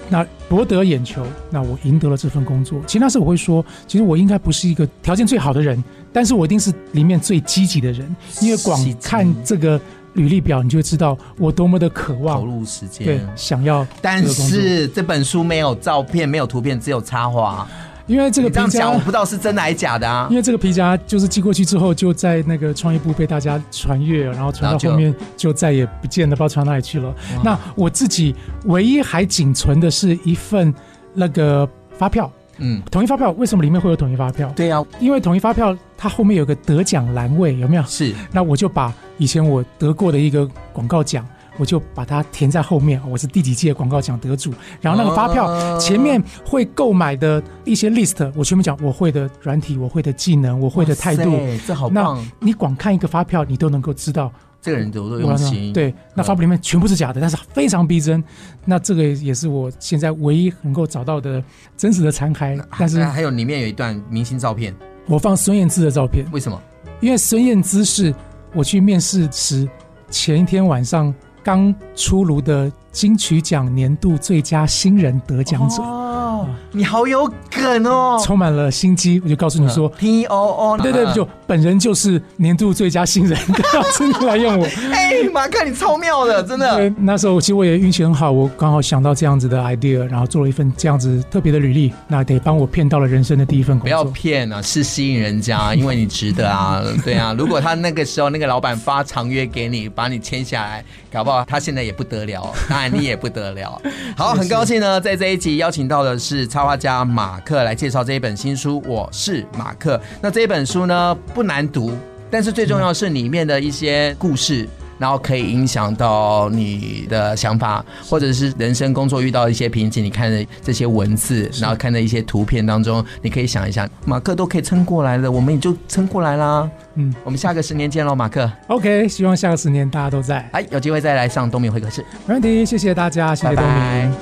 [SPEAKER 3] 那博得眼球，那我赢得了这份工作。其实那时候我会说，其实我应该不是一个条件最好的人，但是我一定是里面最积极的人，因为光
[SPEAKER 2] 积极
[SPEAKER 3] 看这个履历表，你就会知道我多么的渴
[SPEAKER 2] 投
[SPEAKER 3] 望，
[SPEAKER 2] 入时间
[SPEAKER 3] 对，。想要
[SPEAKER 2] 但
[SPEAKER 3] 这个工作
[SPEAKER 2] 是这本书没有照片，没有图片，只有插画。
[SPEAKER 3] 因为这个
[SPEAKER 2] 你这样
[SPEAKER 3] 皮
[SPEAKER 2] 讲，
[SPEAKER 3] 夹
[SPEAKER 2] 我不知道是真的还是假的啊
[SPEAKER 3] 因。为这个皮夹就是寄过去之后，就在那个创业部被大家传阅，然后传
[SPEAKER 2] 然后
[SPEAKER 3] 到
[SPEAKER 2] 就
[SPEAKER 3] 后面就再也不见了，不知道传哪里去了。那我自己唯一还仅存的是一份那个发票，
[SPEAKER 2] 嗯，
[SPEAKER 3] 统一发票。为什么里面会有统一发票？
[SPEAKER 2] 对啊，
[SPEAKER 3] 因为统一发票它后面有个得奖栏位，有没有？
[SPEAKER 2] 是
[SPEAKER 3] 那我就把以前我得过的一个广告奖，我就把它填在后面，我是第几届广告奖得主。然后那个发
[SPEAKER 2] 哦
[SPEAKER 3] 票前面会购买的一些 list，我全部讲我会的软体，我会的技能，我会的态
[SPEAKER 2] 哇
[SPEAKER 3] 度。
[SPEAKER 2] 塞这好
[SPEAKER 3] 那
[SPEAKER 2] 棒！
[SPEAKER 3] 你光看一个发票，你都能够知道
[SPEAKER 2] 这个人有多
[SPEAKER 3] 我
[SPEAKER 2] 用心。嗯
[SPEAKER 3] 对，那发布里面全部是假的，但是非常逼真。那这个也是我现在唯一能够找到的真实的残骸。但是
[SPEAKER 2] 那哎还有里面有一段明星照片，
[SPEAKER 3] 我放孙燕姿的照片，
[SPEAKER 2] 为什么？
[SPEAKER 3] 因为孙燕姿是我去面试时前一天晚上刚出炉的金曲奖年度最佳新人得奖者，
[SPEAKER 2] 哦，你好有梗哦！
[SPEAKER 3] 充满了心机。我就告诉你说，
[SPEAKER 2] P O 呃 O，
[SPEAKER 3] 对对，就本人就是年度最佳新人，告诉你 来用我。
[SPEAKER 2] 哎，马克你超妙的，真的。
[SPEAKER 3] 对，那时候其实我也运气很好，我刚好想到这样子的 idea，然后做了一份这样子特别的履历，那得帮我骗到了人生的第一份
[SPEAKER 2] 不
[SPEAKER 3] 工
[SPEAKER 2] 要
[SPEAKER 3] 作。
[SPEAKER 2] 骗啊，是吸引人 家，因为你值得啊，对啊。如果他那个时候那个老板发长约给你，把你签下来，搞不好他现在也不得了，当然你也不得了。好，很高兴呢，在这一集邀请到的是插画家马克来介绍这一本新书《我是马克》。那这一本书呢不难读，但是最重要是里面的一些故事。然后可以影响到你的想法，或者是人生工作遇到一些瓶颈，你看着这些文字，然后看着一些图片当中，你可以想一想，马克都可以撑过来了，我们也就撑过来啦。
[SPEAKER 3] 嗯
[SPEAKER 2] 我们下个十年见喽，马克。
[SPEAKER 3] ，OK，希望下个十年大家都在。
[SPEAKER 2] 哎，有机会再来上东明会客室，
[SPEAKER 3] 没问题，谢谢大家，谢
[SPEAKER 2] 拜
[SPEAKER 3] 谢东
[SPEAKER 2] 拜
[SPEAKER 3] 明。。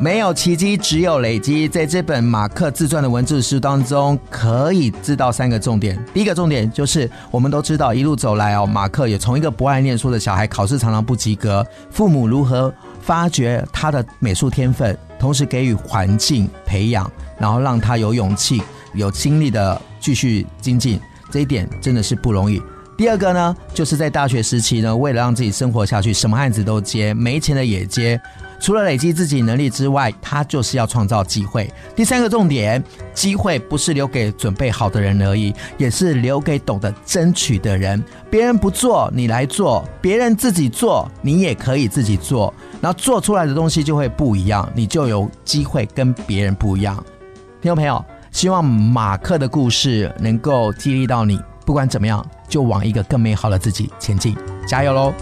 [SPEAKER 2] 没有奇迹，只有累积。在这本啊马克自传的文字书当中，可以知道三个重点。第一个重点就是，我们都知道一路走来哦，马克也从一个不爱念书的小孩，考试常常不及格，父母如何发掘他的美术天分，同时给予环境培养，然后让他有勇气、有精力的继续精进，这一点真的是不容易。第二个呢，就是在大学时期呢，为了让自己生活下去，什么案子都接，没钱的也接。除了累积自己能力之外，他就是要创造机会。第三个重点，机会不是留给准备好的人而已，也是留给懂得争取的人。别人不做，你来做；别人自己做，你也可以自己做。然后做出来的东西就会不一样，你就有机会跟别人不一样。听众朋友，希望马克的故事能够激励到你，不管怎么样，就往一个更美好的自己前进，加油喽！